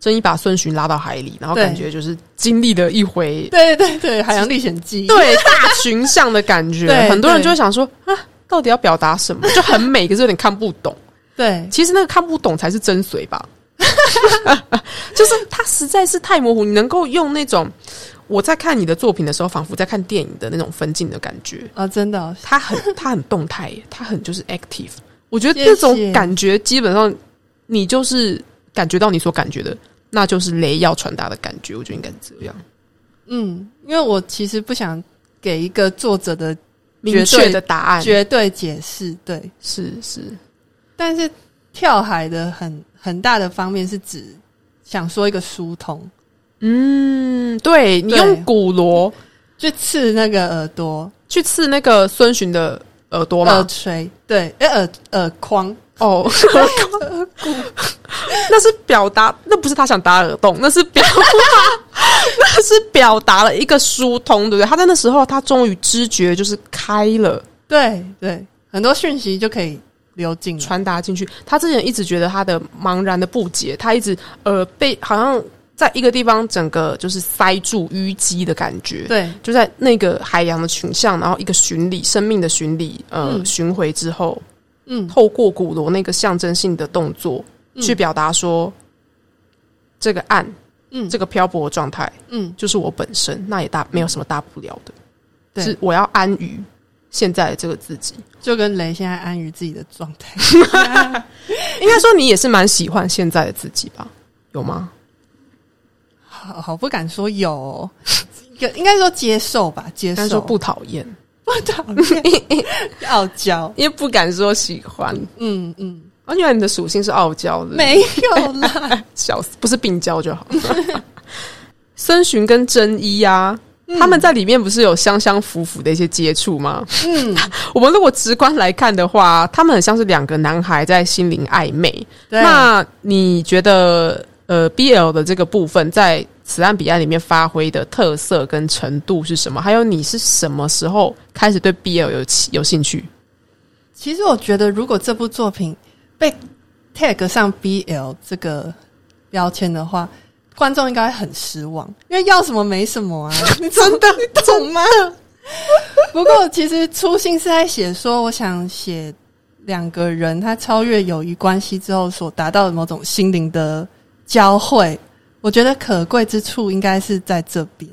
真一把孙寻拉到海里，然后对感觉就是经历了一回对对 对，《海洋历险记》对大群像的感觉，对很多人对就会想说啊，到底要表达什么？就很美，可是有点看不懂。对其实那个看不懂才是真髓吧， 就是它实在是太模糊，你能够用那种我在看你的作品的时候，仿佛在看电影的那种分镜的感觉。啊，真的哦、它 很它很动态耶，它很就是 active。我觉得谢谢那种感觉基本上你就是感觉到你所感觉的，那就是雷要传达的感觉。我觉得应该是这样，嗯，因为我其实不想给一个作者的明确的答案绝对解释，对，是是但是跳海的很很大的方面是指想说一个疏通，嗯，对你对用鼓锣就刺那个耳朵、去刺那个孙寻的耳朵嘛耳，垂，对，哎、耳耳框，哦， 那是表达，那不是他想打耳洞，那是表达， 那是表达了一个疏通，对不对？他在那时候，他终于知觉就是开了，对对，很多讯息就可以流进来，传达进去。他之前一直觉得他的茫然的不解，他一直呃被好像在一个地方整个就是塞住淤积的感觉，对就在那个海洋的群像，然后一个巡礼，生命的巡礼，呃，嗯巡回之后，嗯透过鼓锣那个象征性的动作，嗯去表达说，这个暗，嗯这个漂泊的状态嗯，就是我本身，那也大没有什么大不了的，对是我要安于现在的这个自己。就跟雷现在安于自己的状态，应该说你也是蛮喜欢现在的自己吧？有吗？好好不敢说有哦、应该应该说接受吧，接应该说受 不讨厌，不讨 厌，傲娇，因为不敢说喜欢。嗯嗯。啊，原来你的属性是傲娇的，没有啦，笑死，不是病娇就好。 孙寻跟真一啊，他们在里面不是有相相符符的一些接触吗？嗯， 我们如果直观来看的话，他们很像是两个男孩在心灵暧昧。对那你觉得呃，BL 的这个部分在《此岸彼岸》里面发挥的特色跟程度是什么？还有你是什么时候开始对 BL 有起有兴趣？其实我觉得，如果这部作品被 tag 上 BL 这个标签的话，观众应该会很失望，因为要什么没什么啊，你 真的你懂吗？不过，其实初心是在写说，我想写两个人他超越友谊关系之后所达到的某种心灵的交汇，我觉得可贵之处应该是在这边。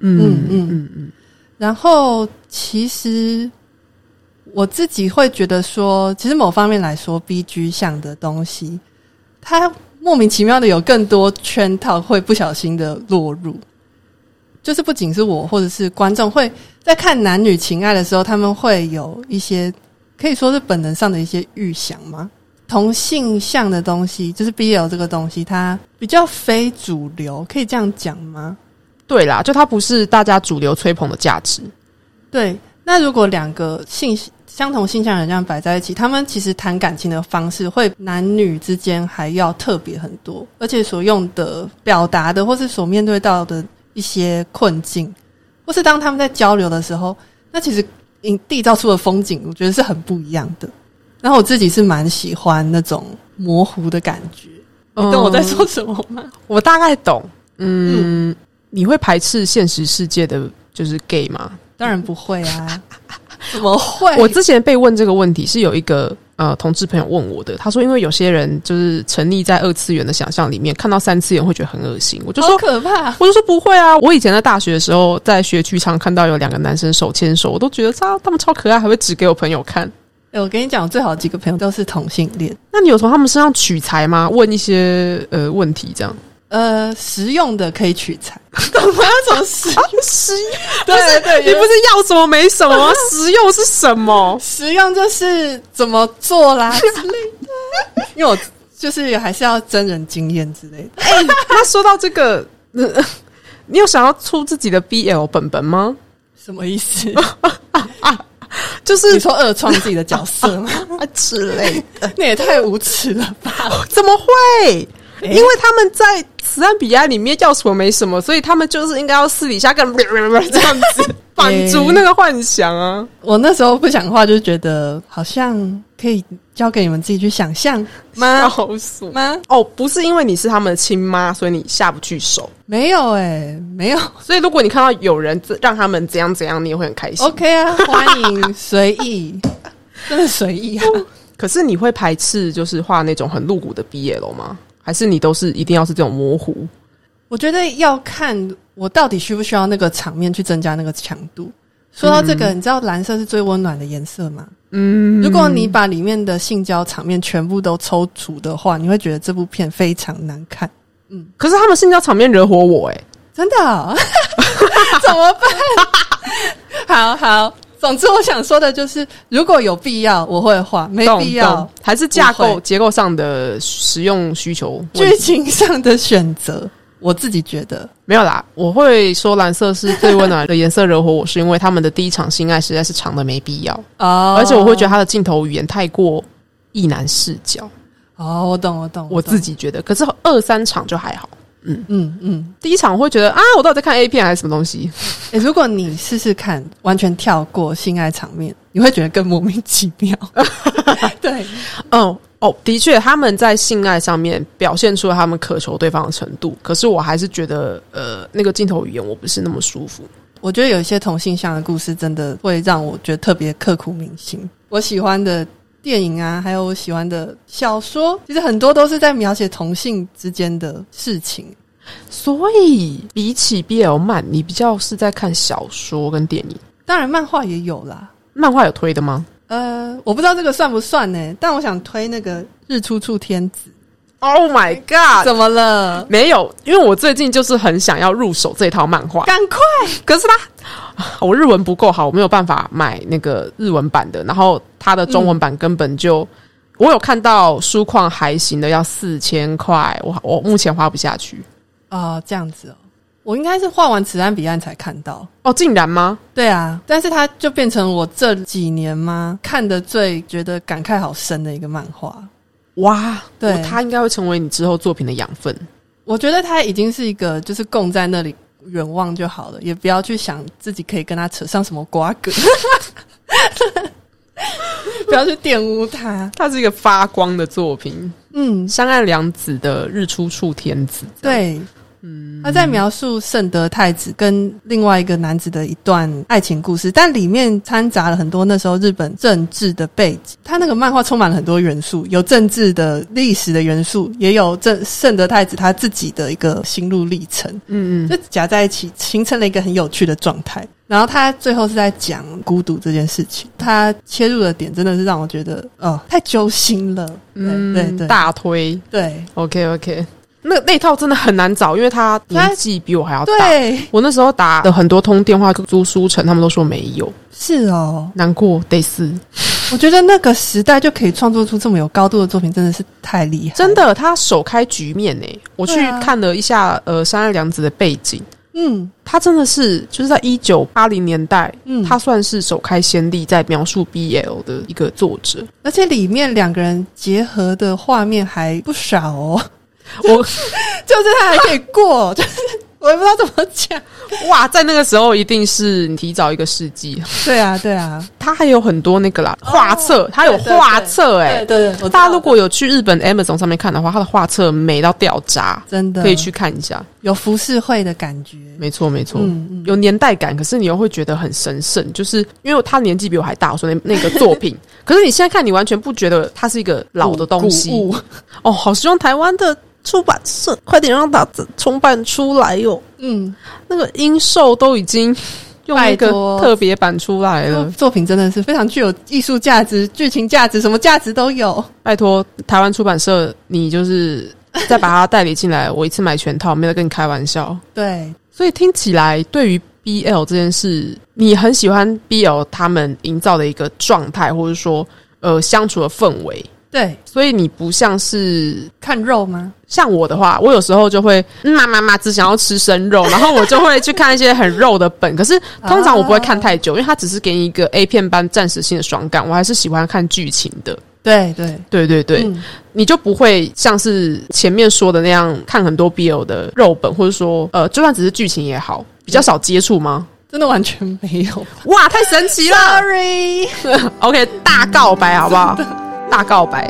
嗯嗯嗯嗯，然后其实我自己会觉得说，其实某方面来说，B G 项的东西，它莫名其妙的有更多圈套，会不小心的落入。就是不仅是我，或者是观众会在看男女情爱的时候，他们会有一些可以说是本能上的一些预想吗？同性向的东西，就是 BL 这个东西，它比较非主流，可以这样讲吗？对啦，就它不是大家主流吹捧的价值。对，那如果两个性相同性向的人这样摆在一起，他们其实谈感情的方式会男女之间还要特别很多，而且所用的表达的或是所面对到的一些困境，或是当他们在交流的时候，那其实营缔造出的风景，我觉得是很不一样的。然后我自己是蛮喜欢那种模糊的感觉，你懂我在说什么吗？我大概懂。嗯，你会排斥现实世界的就是 gay 吗？当然不会啊， 怎么会？我之前被问这个问题是有一个呃同志朋友问我的，他说因为有些人就是沉溺在二次元的想象里面，看到三次元会觉得很恶心。我就好说。可怕，我就说不会啊！我以前在大学的时候，在学区场看到有两个男生手牵手，我都觉得啊他他们超可爱，还会指给我朋友看。欸我跟你讲，我最好的几个朋友都是同性恋，那你有从他们身上取材吗？问一些呃问题这样？呃，实用的可以取材， 懂吗？那种 实啊实对对， 你不有是要什么没什么 吗，实用是什么？实用就是怎么做啦之类的，因为我就是还是要真人经验之类的。哎那说到这个， 呃你有想要出自己的 BL 本本吗？什么意思？ 就是你说二创自己的角色吗？啊之类，那也太无耻了吧！怎么会？诶因为他们在《慈善彼岸》里面要什么没什么，所以他们就是应该要私底下跟 这样子满足那个幻想啊。我那时候不讲话，就觉得好像可以交给你们自己去想象妈吗？好死！吗？哦，不是因为你是他们的亲妈，所以你下不去手。没有哎、没有。所以如果你看到有人这让他们怎样怎样，你也会很开心。 OK 啊，欢迎随意，真的随意啊！可是你会排斥就是画那种很露骨的 BL 吗？还是你都是一定要是这种模糊？我觉得要看我到底需不需要那个场面去增加那个强度。说到这个，你知道蓝色是最温暖的颜色吗？嗯，如果你把里面的性交场面全部都抽除的话，你会觉得这部片非常难看，可是他们性交场面惹火我哎、真的哦、 怎么办？好好，总之我想说的就是，如果有必要，我会画；没懂必要懂，还是架不构会结构上的实用需求问剧题情上的选择，我自己觉得没有啦。我会说蓝色是最温暖的颜色惹火我，是因为他们的第一场性爱实在是长的没必要，哦而且我会觉得他的镜头语言太过意男视角，哦，我懂，我懂，我懂自，己觉得。可是二三场就还好，嗯嗯，第一场我会觉得啊，我到底在看 A 片还是什么东西？诶欸如果你试试看，完全跳过性爱场面，你会觉得更莫名其妙。对，嗯，哦，的确，他们在性爱上面表现出了他们渴求对方的程度，可是我还是觉得，呃，那个镜头语言我不是那么舒服。我觉得有一些同性向的故事，真的会让我觉得特别刻骨铭心。我喜欢的电影啊，还有我喜欢的小说，其实很多都是在描写同性之间的事情。所以，比起 BL 漫，你比较是在看小说跟电影，当然，漫画也有啦。漫画有推的吗？呃，我不知道这个算不算呢、但我想推那个《日出处天子 Oh my》。god！怎么了？没有，因为我最近就是很想要入手这套漫画，赶快！可是它啊我日文不够好，我没有办法买那个日文版的，然后它的中文版根本就。我有看到书况还行的，要四千块，我我目前花不下去。哦，这样子哦，我应该是画完《此岸彼岸》才看到。哦，竟然吗？对啊，但是它就变成我这几年嘛看的最觉得感慨好深的一个漫画。哇，对哦它应该会成为你之后作品的养分。我觉得它已经是一个就是供在那里远望就好了，也不要去想自己可以跟它扯上什么瓜葛， 不要去玷污它。它是一个发光的作品，嗯，山岸良子的《日出处天子》。，对。嗯，他在描述圣德太子跟另外一个男子的一段爱情故事，但里面掺杂了很多那时候日本政治的背景。他那个漫画充满了很多元素，有政治的、历史的元素，也有正圣德太子他自己的一个心路历程，嗯嗯，就夹在一起，形成了一个很有趣的状态。然后他最后是在讲孤独这件事情，他切入的点真的是让我觉得，哦，太揪心了。嗯对对对，大推。对 OK OK，那那套真的很难找，因为他年纪比我还要大。对我那时候打的很多通电话，租书城他们都说没有，是哦，难过得死。我觉得那个时代就可以创作出这么有高度的作品，真的是太厉害。真的，他首开局面呢、我去对啊看了一下，呃，山岸良子的背景，嗯他真的是就是在一九八零年代，嗯，他他算是首开先例，在描述 BL 的一个作 者。而且里面两个人结合的画面还不少 哦，我就是他还可以 过，就是我也不知道怎么讲。哇，在那个时候一定是你提早一个世纪。对啊，对啊，他还有很多那个啦哦画册，他有对对画册哎、对对对，我大家如果有去日本 Amazon 上面看的话，他的画册美到掉渣，真的可以去看一下。有浮世绘的感觉，没错，没错。嗯嗯，有年代感，可是你又会觉得很神圣，就是因为他年纪比我还大，我说那那个作 品，可是你现在看，你完全不觉得它是一个老的东西古物哦。好希望台湾的出版社快点让它重版出来哟、嗯，那个英寿都已经用那个拜托特别版出来这个了，作品真的是非常具有艺术价值、剧情价值，什么价值都有。拜托台湾出版社，你就是再把它代理进来，我一次买全套，没得跟你开玩笑。对，所以听起来，对于 BL 这件事，你很喜欢 BL 他们营造的一个状态，或者说呃相处的氛围。对，所以你不像是看肉吗？像我的话，我有时候就会嗯妈妈妈只想要吃生肉，然后我就会去看一些很肉的本。可是通常我不会看太久，因为它只是给你一个 A 片般暂时性的爽感，我还是喜欢看剧情的。对对对对对，嗯你就不会像是前面说的那样看很多 BL 的肉本，或者说呃，就算只是剧情也好，比较少接触吗？真的完全没有。哇，太神 奇了 Sorry， ！OK，大告白好不好？大告白。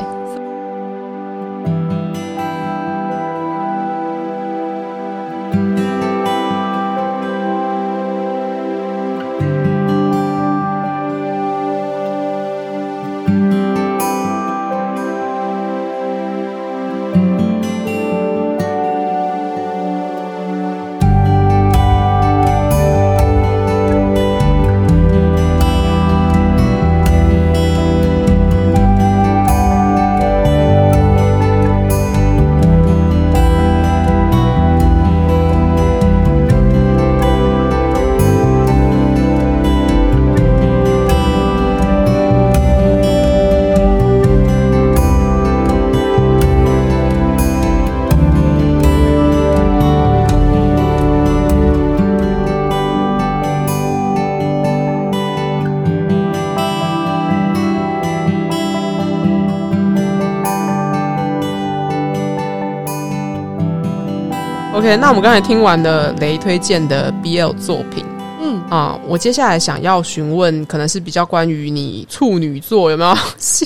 OK，那我们刚才听完了雷推荐的 BL 作品嗯，啊、我接下来想要询问，可能是比较关于你处女座有没 有？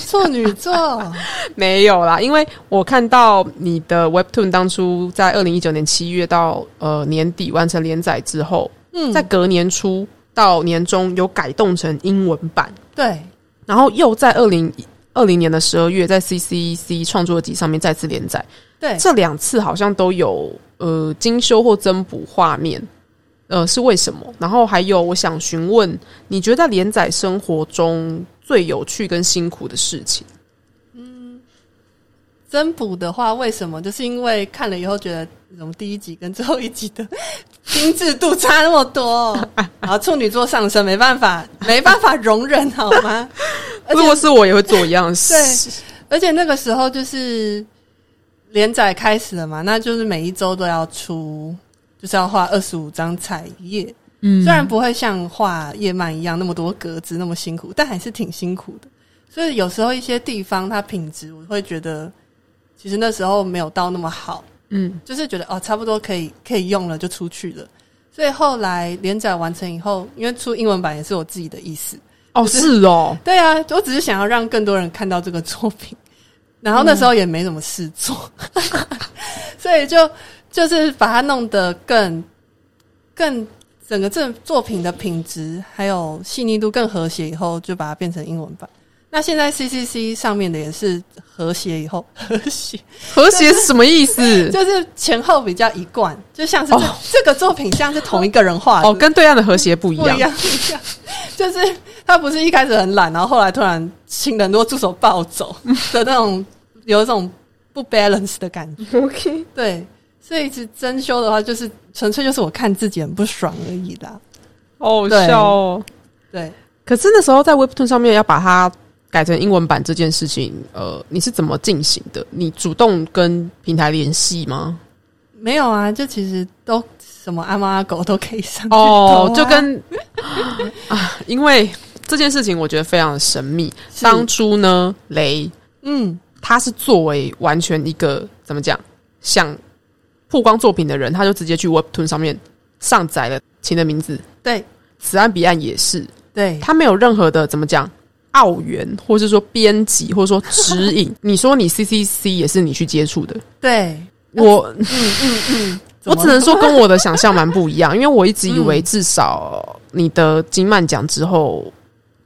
处女座，没有啦，因为我看到你的 Webtoon 当初在二零一九年七月到呃年底完成连载之后， 嗯，在隔年初到年中有改动成英文版，对，然后又在二零二零年的十二月在 CCC 创作集上面再次连载，对，这两次好像都有呃精修或增补画面，呃是为什么？然后还有我想询问，你觉得在连载生活中最有趣跟辛苦的事情？增补的话，为什么？就是因为看了以后觉得，怎么第一集跟最后一集的 精致度差那么多？ 然后处女座上升，没办法，没办法容忍，好吗？而如果且，是我也会做一样的事对。而且那个时候就是连载开始了嘛，那就是每一周都要出，就是要画二十五张彩页。嗯虽然不会像画叶漫一样那么多格子那么辛苦，但还是挺辛苦的。所以有时候一些地方它品质，我会觉得其实那时候没有到那么好，嗯，就是觉得哦，差不多可以可以用了就出去了。所以后来连载完成以后，因为出英文版也是我自己的意思，哦是 哦，对啊，我只是想要让更多人看到这个作品，然后那时候也没什么事做，所以就就是把它弄得更更整个这作品的品质还有细腻度更和谐以后，就把它变成英文版。那现在 C C C 上面的也是和谐以后，和谐和谐是什么意思？就是前后比较一贯，就像是这、哦这个作品像是同一个人画的哦，跟对岸的和谐不一不一样。样，不一样， 就是他不是一开始很懒，然后后来突然请很多助手暴 走的那种，有一种不 balance 的感觉。 OK，对，所以是真修的话，就是纯粹就是我看自己很不爽而已啦。好好笑哦。对，可是那时候在 Webtoon 上面要把它改成英文版这件事情，呃，你是怎么进行的？你主动跟平台联系吗？没有啊，就其实都什么阿猫阿狗都可以上去投哦啊，就跟 啊，因为这件事情我觉得非常的神秘。是当初呢，雷嗯他是作为完全一个怎么讲想曝光作品的人，他就直接去 Webtoon 上面上载了《情的名字》。对此岸彼岸也是，对他没有任何的怎么讲澳元，或是说编辑，或者说指引。 你说你 CCC 也是你去接触的，对，我怎我么嗯只能说跟我的想象蛮不一样，因为我一直以为至少你的金曼奖之后，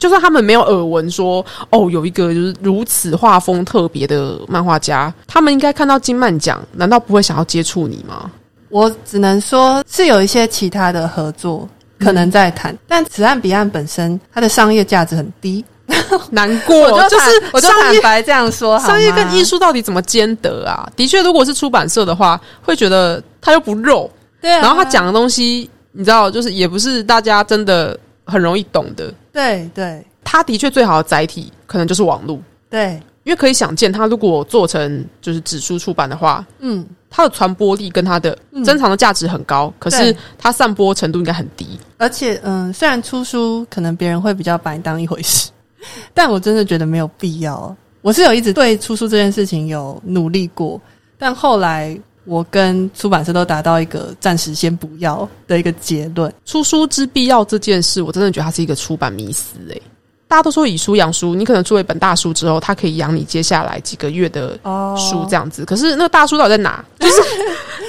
就算他们没有耳闻说哦有一个就是如此画风特别的漫画家，他们应该看到金曼奖，难道不会想要接触你 吗？我只能说是有一些其他的合作可能在谈，但此岸彼岸本身它的商业价值很低，难过，就就是我就商坦业白这样说好吗，啊商业跟艺术到底怎么兼得啊？的确，如果是出版社的话，会觉得他又不肉，对、 啊，然后他讲的东西，你知道，就是也不是大家真的很容易懂的。对对他的确最好的载体可能就是网络，对，因为可以想见，他如果做成就是指书出版的话，嗯，它的传播力跟它的珍藏的价值很高，可是对它散播程度应该很低。而且嗯，虽然出书可能别人会比较把你当一回事，但我真的觉得没有必要。我是有一直对出书这件事情有努力过，但后来我跟出版社都达到一个暂时先不要的一个结论。出书之必要这件事，我真的觉得它是一个出版迷思诶、大家都说以书养书，你可能出了一本大书之后，它可以养你接下来几个月的哦书这样子。可是那个大书到底在哪？ 就是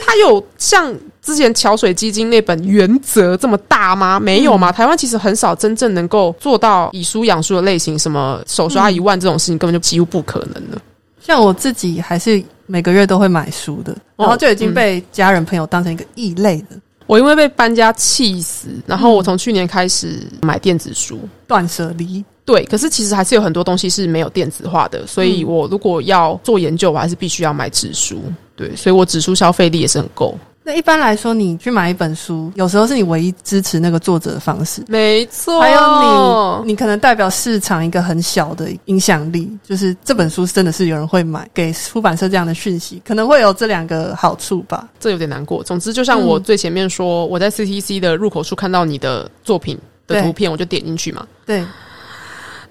它有像之前桥水基金那本《原则》这么大吗？没有吗？台湾其实很少真正能够做到以书养书的类型，什么手刷一万这种事情，根本就几乎不可能的。像我自己还是每个月都会买书的，然后就已经被家人朋友当成一个异类的我因为被搬家气死，然后我从去年开始买电子书。断舍离。对，可是其实还是有很多东西是没有电子化的，所以我如果要做研究，我还是必须要买纸书。对，所以我纸书消费力也是很够。那一般来说，你去买一本书，有时候是你唯一支持那个作者的方式。没错还哦有你，你可能代表市场一个很小的影响力，就是这本书真的是有人会买，给出版社这样的讯息，可能会有这两个好处吧。这有点难过。总之，就像我嗯最前面说，我在 CTC 的入口处看到你的作品的对图片，我就点进去嘛。对，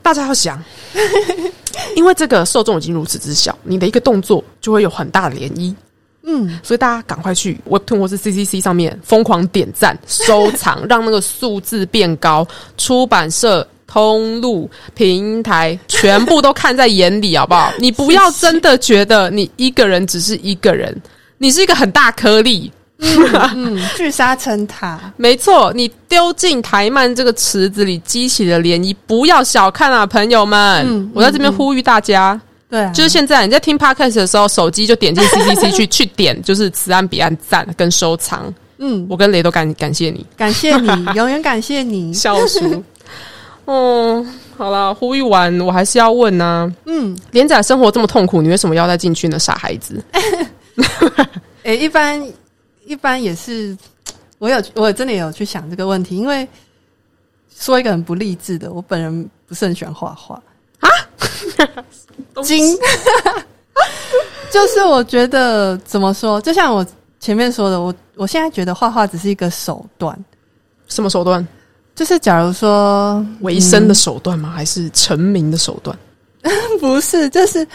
大家要想， 因为这个受众已经如此之小，你的一个动作就会有很大的涟漪，嗯，所以大家赶快去 Webtoon 或是 CCC 上面疯狂点 赞、收藏，让那个数字变高。出版社、通路、平台全部都看在眼里，好不 好？你不要真的觉得你一个人只是一个人，你是一个很大颗粒。嗯，聚沙成塔，没错，你丢进台漫这个池子里激起的涟漪，不要小看啊，朋友们！嗯我在这边呼吁大家，对啊，就是现在你在听 podcast 的时候，手机就点进 CCC 去去点，就是此岸彼岸赞跟收藏。嗯，我跟雷都感感谢你，感 谢你，永远感谢你，笑 叔。哦，好啦，呼吁完，我还是要问呢、嗯。连载生活这么痛苦，你为什么要再进去呢？傻孩子，诶、一般一般也是，我有我真的有去想这个问题，因为说一个很不励志的，我本人不是很喜欢画画啊，金， 就是我觉得怎么说，就像我前面说的，我我现在觉得画画只是一个手段，什么手嗯段？就是假如说维生的手段吗？还是成名的手段？不是，就是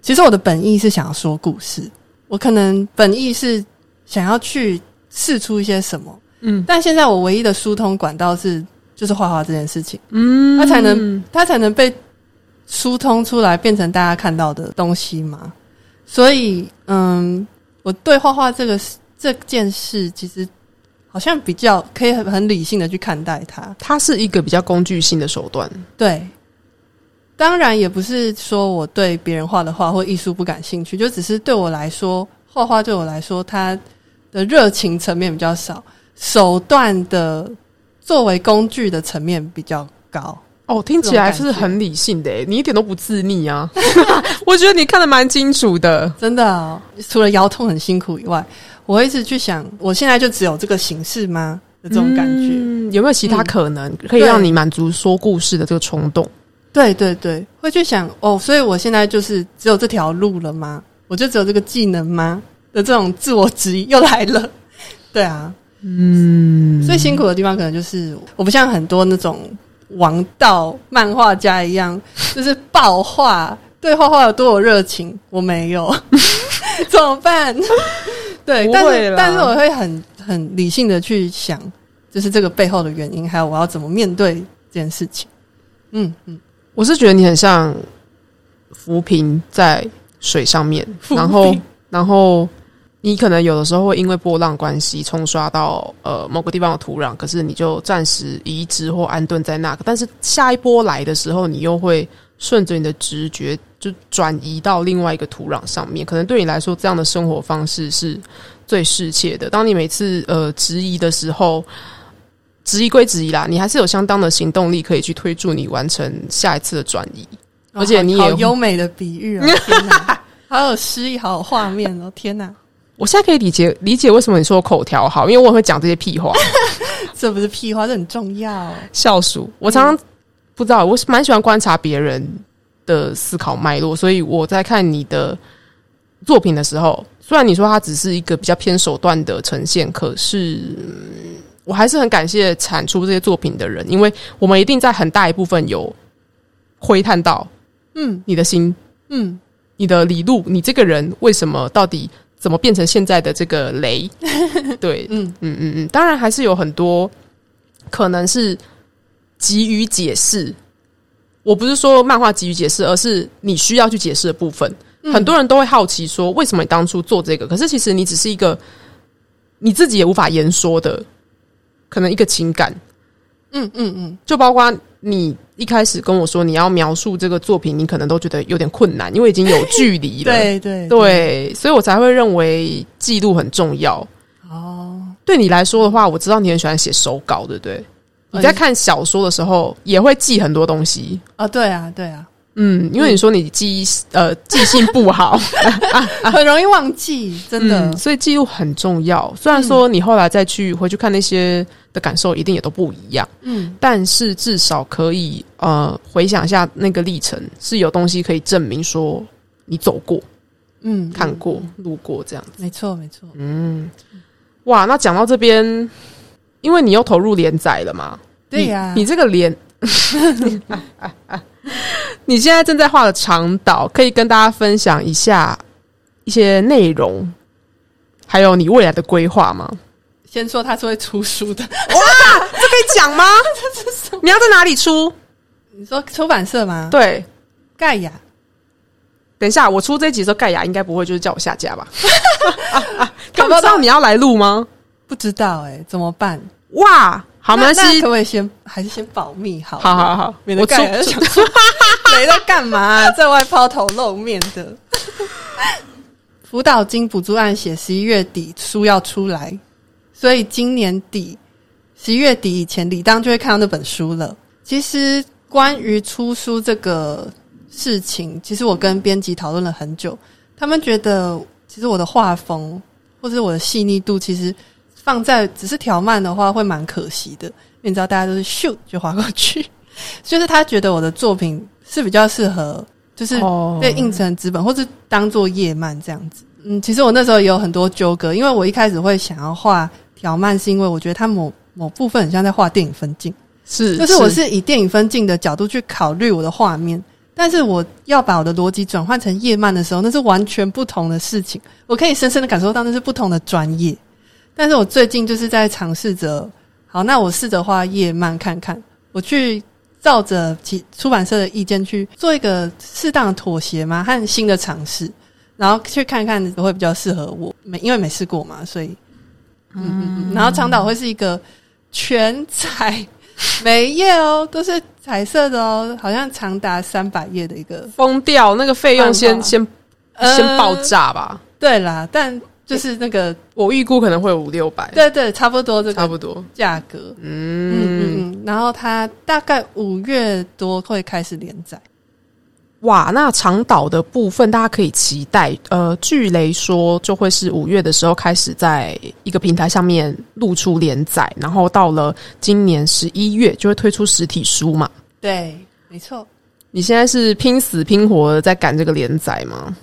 其实我的本意是想要说故事，我可能本意是想要去试出一些什么，嗯但现在我唯一的疏通管道是就是画画这件事情，嗯它才能它才能被疏通出来，变成大家看到的东西嘛。所以，嗯，我对画画这个这件事，其实好像比较可以很很理性的去看待它，它是一个比较工具性的手段。对，当然也不是说我对别人画的画或艺术不感兴趣，就只是对我来说，画画对我来说，它的热情层面比较少，手段的作为工具的层面比较高。哦，听起来是很理性的欸耶，你一点都不自溺 啊！我觉得你看的蛮清楚的。 真的、哦，除了腰痛很辛苦以外，我会一直去想，我现在就只有这个形式吗？的这种感觉。嗯有没有其他可能、可以对让你满足说故事的这个冲动？对对对，会去想哦，所以我现在就是只有这条路了 吗？我就只有这个技能吗？的这种自我质疑又来了。对啊，嗯，最辛苦的地方可能就是，我不像很多那种王道漫画家 一样，就是爆画，对画画有多有热情，我没 有，怎么办？对，不但会是啦但是我会很很理性的去想，就是这个背后的原因，还有我要怎么面对这件事情。嗯嗯，我是觉得你很像浮萍在水上面，浮萍然后然后你可能有的时候会因为波浪关系冲刷到呃某个地方的土壤，可是你就暂时移植或安顿在那个，但是下一波来的时候，你又会顺着你的直觉就转移到另外一个土壤上面。可能对你来说，这样的生活方式是最适切的。当你每次呃质疑的时候，质疑归质疑啦，你还是有相当的行动力可以去推助你完成下一次的转移。而且你也哦好好优美的比喻 哦，天哪，好有诗意，好有画面哦，天哪， 我现在可以理解理解为什么你说我口条好，因为我很会讲这些屁话。这不是屁话，这很重要、笑鼠，我常常不知道，我是蛮喜欢观察别人的思考脉络，所以我在看你的作品的时候，虽然你说它只是一个比较偏手段的呈现，可是。嗯我还是很感谢产出这些作品的人，因为我们一定在很大一部分有窥探到嗯你的心、嗯，你的理路、你这个人为什么到底怎么变成现在的这个 雷？对，嗯嗯嗯嗯，当然还是有很多可能是急于解释。我不是说漫画急于解释，而是你需要去解释的部分。嗯很多人都会好奇说，为什么你当初做这个？可是其实你只是一个你自己也无法言说的，可能一个情感，嗯嗯嗯，就包括你一开始跟我说你要描述这个作品，你可能都觉得有点困难，因为已经有距离了。 对对，对，所以我才会认为记录很重要。哦，对你来说的话，我知道你很喜欢写手稿，对不对？嗯你在看小说的时候也会记很多东西，啊，对啊，对啊，嗯，因为你说你记忆呃记性不好，很容易忘记， 真的。嗯所以记录很重要。虽然说你后来再去回去看那些的感受，一定也都不一样，嗯但是至少可以呃回想一下那个历程，是有东西可以证明说你走过、嗯，看过、路过这样。没错没错。嗯，哇，那讲到这边，因为你又投入连载了嘛，对呀你你这个连， 你现在正在画的长岛，可以跟大家分享一下一些内容，还有你未来的规划吗？先说他是会出书的，这可以讲吗？ 你要在哪里出？ 你说出版社吗？，对，盖亚等一下我出这集的时候，盖亚应该不会就是叫我下 架吧？看不到你要来录吗？不知道哎、怎么办？哇，好，没那关那系可，不可以先还是先保密好？好，好好，免得我出盖 亚就想说没在干嘛 啊、在外抛头露面的。 辅导金补助案写十一月底书要出来，所以今年底十一月底以前，理当就会看到那本书了。其实关于出书这个事情，其实我跟编辑讨论了很久，他们觉得其实我的画风或者我的细腻度，其实放在只是调慢的话，会蛮可惜的。因为你知道，大家都是咻就划过去， 就是他觉得我的作品是比较适合，就是哦被印成纸本，或是当做叶漫这样子。嗯，其实我那时候也有很多纠葛，因为我一开始会想要画条漫，是因为我觉得它某某部分很像在画电影分镜，是，就是我是以电影分镜的角度去考虑我的画面，但是我要把我的逻辑转换成叶漫的时候，那是完全不同的事情。我可以深深的感受到那是不同的专业，但是我最近就是在尝试着，好，那我试着画叶漫看看，我去照着其出版社的意见去做一个适当的妥协嘛，和新的尝试，然后去看看会比较适合我，没因为没试过嘛，所以，嗯嗯嗯，然后长岛会是一个全彩每一页哦都是彩色的哦，好像长达三百页的一个，疯掉，那个费用先办法先呃先爆炸吧。对啦，但就是那个，呃我预估可能会五六百，对对，差不多这差个不多。价格，嗯，嗯嗯嗯，然后它大概五月多会开始连载。哇，那长岛的部分大家可以期待。呃，据雷说，就会是五月的时候开始在一个平台上面露出连载，然后到了今年十一月就会推出实体书嘛。对，没错，你现在是拼死拼活的在赶这个连载吗？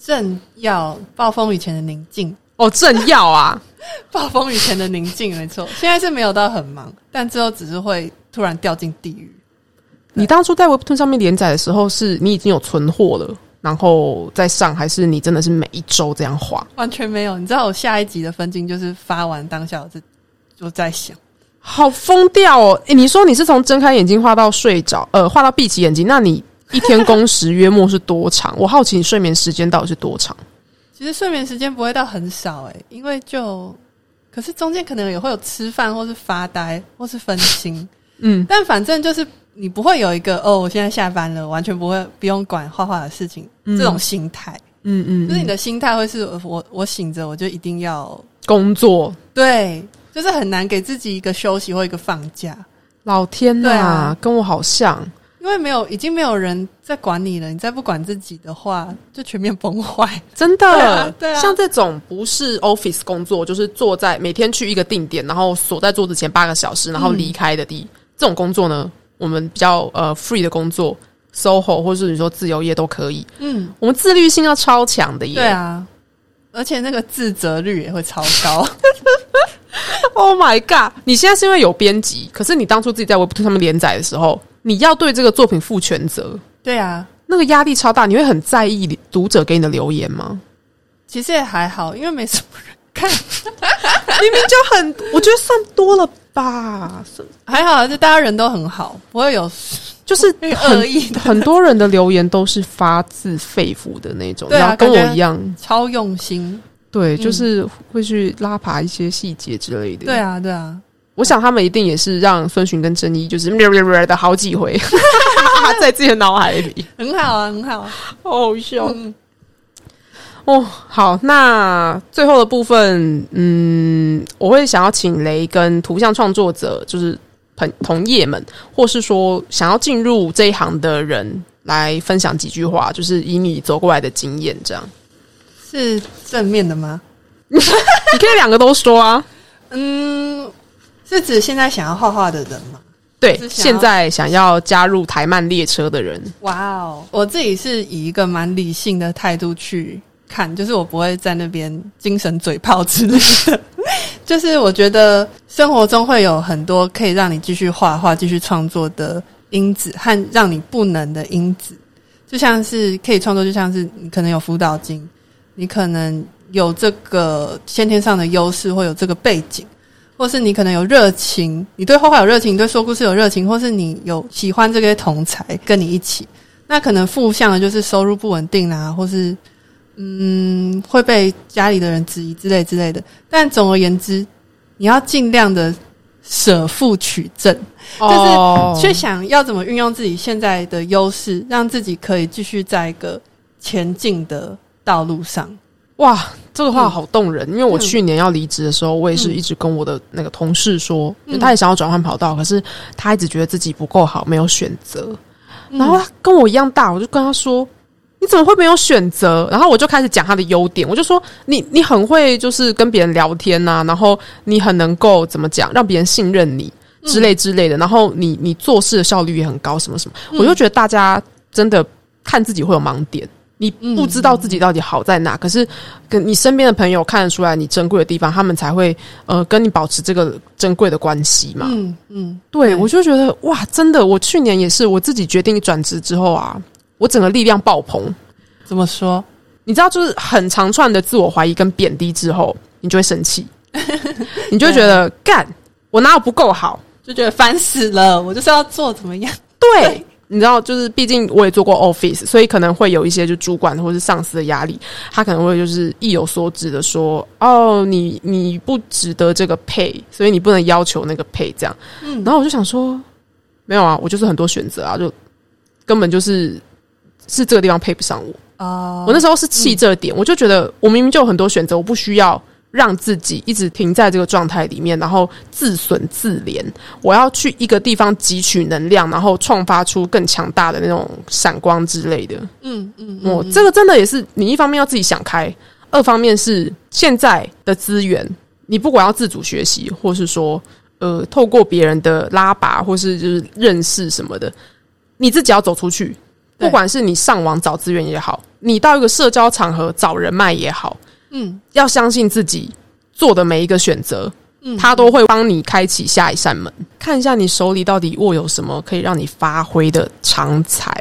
正要暴风雨前的宁静。哦，正要 啊，暴风雨前的宁静，没错。现在是没有到很忙，但之后只是会突然掉进地狱。你当初在 Webtoon 上面连载的时候，是你已经有存货了，然后再上，还是你真的是每一周这样画？完全没有。你知道我下一集的分镜就是发完当下我就就在想，好疯掉哦！诶，你说你是从睁开眼睛画到睡着，呃，画到闭起眼睛，那你一天工时约莫是多长？ 我好奇你睡眠时间到底是多长？其实睡眠时间不会到很少诶、因为就可是中间可能也会有吃饭或是发呆或是分心， 嗯，但反正就是你不会有一个哦，我现在下班了，完全不会不用管画画的事情、嗯这种心态，嗯嗯就是你的心态会是呃我我醒着我就一定要工作，对，就是很难给自己一个休息或一个放假。老天呐、对啊跟我好像。因为没有，已经没有人在管你了。你再不管自己的话，就全面崩坏。真的，对啊对啊像这种不是 office 工作，就是坐在每天去一个定点，然后锁在桌子前八个小时，然嗯后离开的地、这种工作呢，我们比较呃 free 的工作，soho 或是你说自由业都可以，嗯，我们自律性要超强的耶。对啊，而且那个自责率也会超高。 Oh my god！你现在是因为有编辑，可是你当初自己在 Webtoon 上面连载的时候，你要对这个作品负全责，对啊，那个压力超大，你会很在意读者给你的留言吗？其实也还好，因为没什么人看， 明明就很，我觉得算多了吧，还好，啊就大家人都很好，不会有就是很恶意 的，很多人的留言都是发自肺腑的那种，对啊然后跟感我觉一样，超用心。对，嗯就是会去拉拔一些细节之类的。对，啊，对啊，我想他们一定也是让孙寻跟真一就是 的好几 回，在自己的脑海里，很好啊，很好啊。好好笑嗯，哦。好，那最后的部分，嗯，我会想要请雷跟图像创作者，就是朋同业们，或是说想要进入这一行的人。来分享几句话，就是以你走过来的经验，这样。是正面的吗？你可以两个都说啊。嗯，是指现在想要画画的人吗？对是，想要现在想要加入台漫列车的人， 哇哦！我自己是以一个蛮理性的态度去看，就是我不会在那边精神嘴炮之类 的。就是我觉得生活中会有很多可以让你继续画画、继续创作的因子，和让你不能的因子。就像是可以创作，就像是你可能有辅导金，你可能有这个先天上的优势，或有这个背景。或是你可能有热情，你对画画有热情，你对说故事有热情，或是你有喜欢这些同才跟你一起，那可能负向的就是收入不稳定啊，或是嗯会被家里的人质疑之类之类的。但总而言之，你要尽量的舍负取正，哦就是去想要怎么运用自己现在的优势，让自己可以继续在一个前进的道路上。哇，这个话嗯好动人。因为我去年要离职的时候，我也是一直跟我的那个同事说，因为嗯他也想要转换跑道，可是他一直觉得自己不够好，没有选择。嗯然后他跟我一样大，我就跟他说。你怎么会没有选择？然后我就开始讲他的优点，我就说你你很会就是跟别人聊天呐、然后你很能够怎么讲让别人信任你之类之类的，然后你你做事的效率也很高，什么什么，嗯我就觉得大家真的看自己会有盲点，你不知道自己到底好在哪，可是跟你身边的朋友看得出来你珍贵的地方，他们才会呃跟你保持这个珍贵的关系嘛。嗯嗯，对，我就觉得哇，真的，我去年也是我自己决定转职之后啊，我整个力量爆棚。怎么说？你知道，就是很长串的自我怀疑跟贬低之后，你就会生气，你就会觉得干我哪有不够好？就觉得烦死了，我就是要做怎么样？对，你知道，就是毕竟我也做过 office，所以可能会有一些就主管或是上司的压力，他可能会就是意有所指的说，哦，你你不值得这个配，所以你不能要求那个配这样。嗯然后我就想说，没有啊，我就是很多选择啊，就根本就是是这个地方配不上我。哦我那时候是气这点，我就觉得我明明就有很多选择，我不需要让自己一直停在这个状态里面，然后自损自怜。我要去一个地方汲取能量，然后创发出更强大的那种闪光之类的。嗯嗯我、哦这个真的也是，你一方面要自己想开，二方面是现在的资源，你不管要自主学习，或是说呃透过别人的拉拔，或是就是认识什么的，你自己要走出去。对不管是你上网找资源也好，你到一个社交场合找人脉也好，嗯要相信自己做的每一个选择，嗯它都会帮你开启下一扇门。看一下你手里到底握有什么可以让你发挥的长才。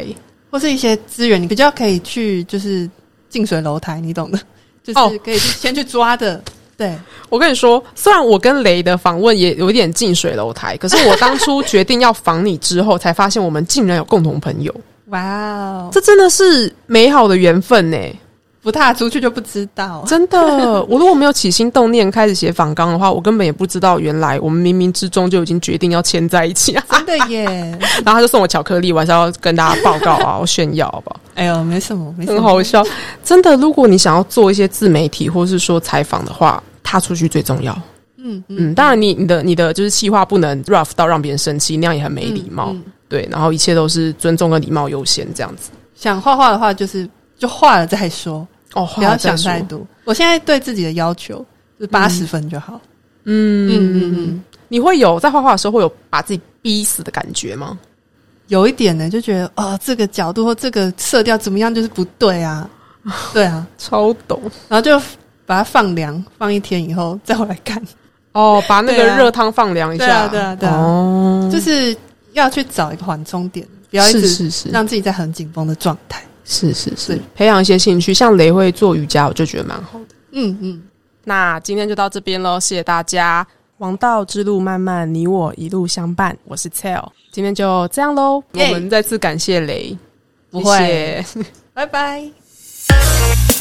或是一些资源，你比较可以去就是近水楼台，你懂的， 就哦是可以去先去抓 的。对，我跟你说，虽然我跟雷的访问也有一点近水楼台，可是我当初决定要访你之后，才发现我们竟然有共同朋友，哇哦， 这真的是美好的缘分呢、不踏出去就不知道。真的，我如果没有起心动念开始写访纲的话，我根本也不知道原来我们冥冥之中就已经决定要牵在一起 啊。真的耶！然后他就送我巧克力，我还是要跟大家报告啊，我炫耀 好不好？ 哎呦，没什么，没什很么。好笑，真的。如果你想要做一些自媒体或是说采访的话，踏出去最重要。嗯嗯，嗯，当然你你的你的就是气话不能 rough 到让别人生气，那样也很没礼貌。嗯对，然后一切都是尊重跟礼貌优先这样子。想画画的话，就是就画了再说，哦，不不要想太多。我现在对自己的要求就是八十分就好。嗯嗯嗯嗯嗯，嗯，你会有在画画的时候会有把自己逼死的感觉吗？有一点呢，就觉得哦，这个角度或这个色调怎么样，就是不对 啊，对啊，超懂然后就把它放凉，放一天以后再回来看，哦，把那个对啊热汤放凉一下。对啊对啊对啊哦，就是要去找一个缓冲点，不要一是直是是让自己在很紧绷的状态。是是是对，培养一些兴趣，像雷会做瑜伽，我就觉得蛮好的。嗯嗯，那今天就到这边喽，谢谢大家。王道之路漫漫，你我一路相伴。我是 Tell，今天就这样喽。我耶们再次感谢雷，不会谢谢拜拜。 Thank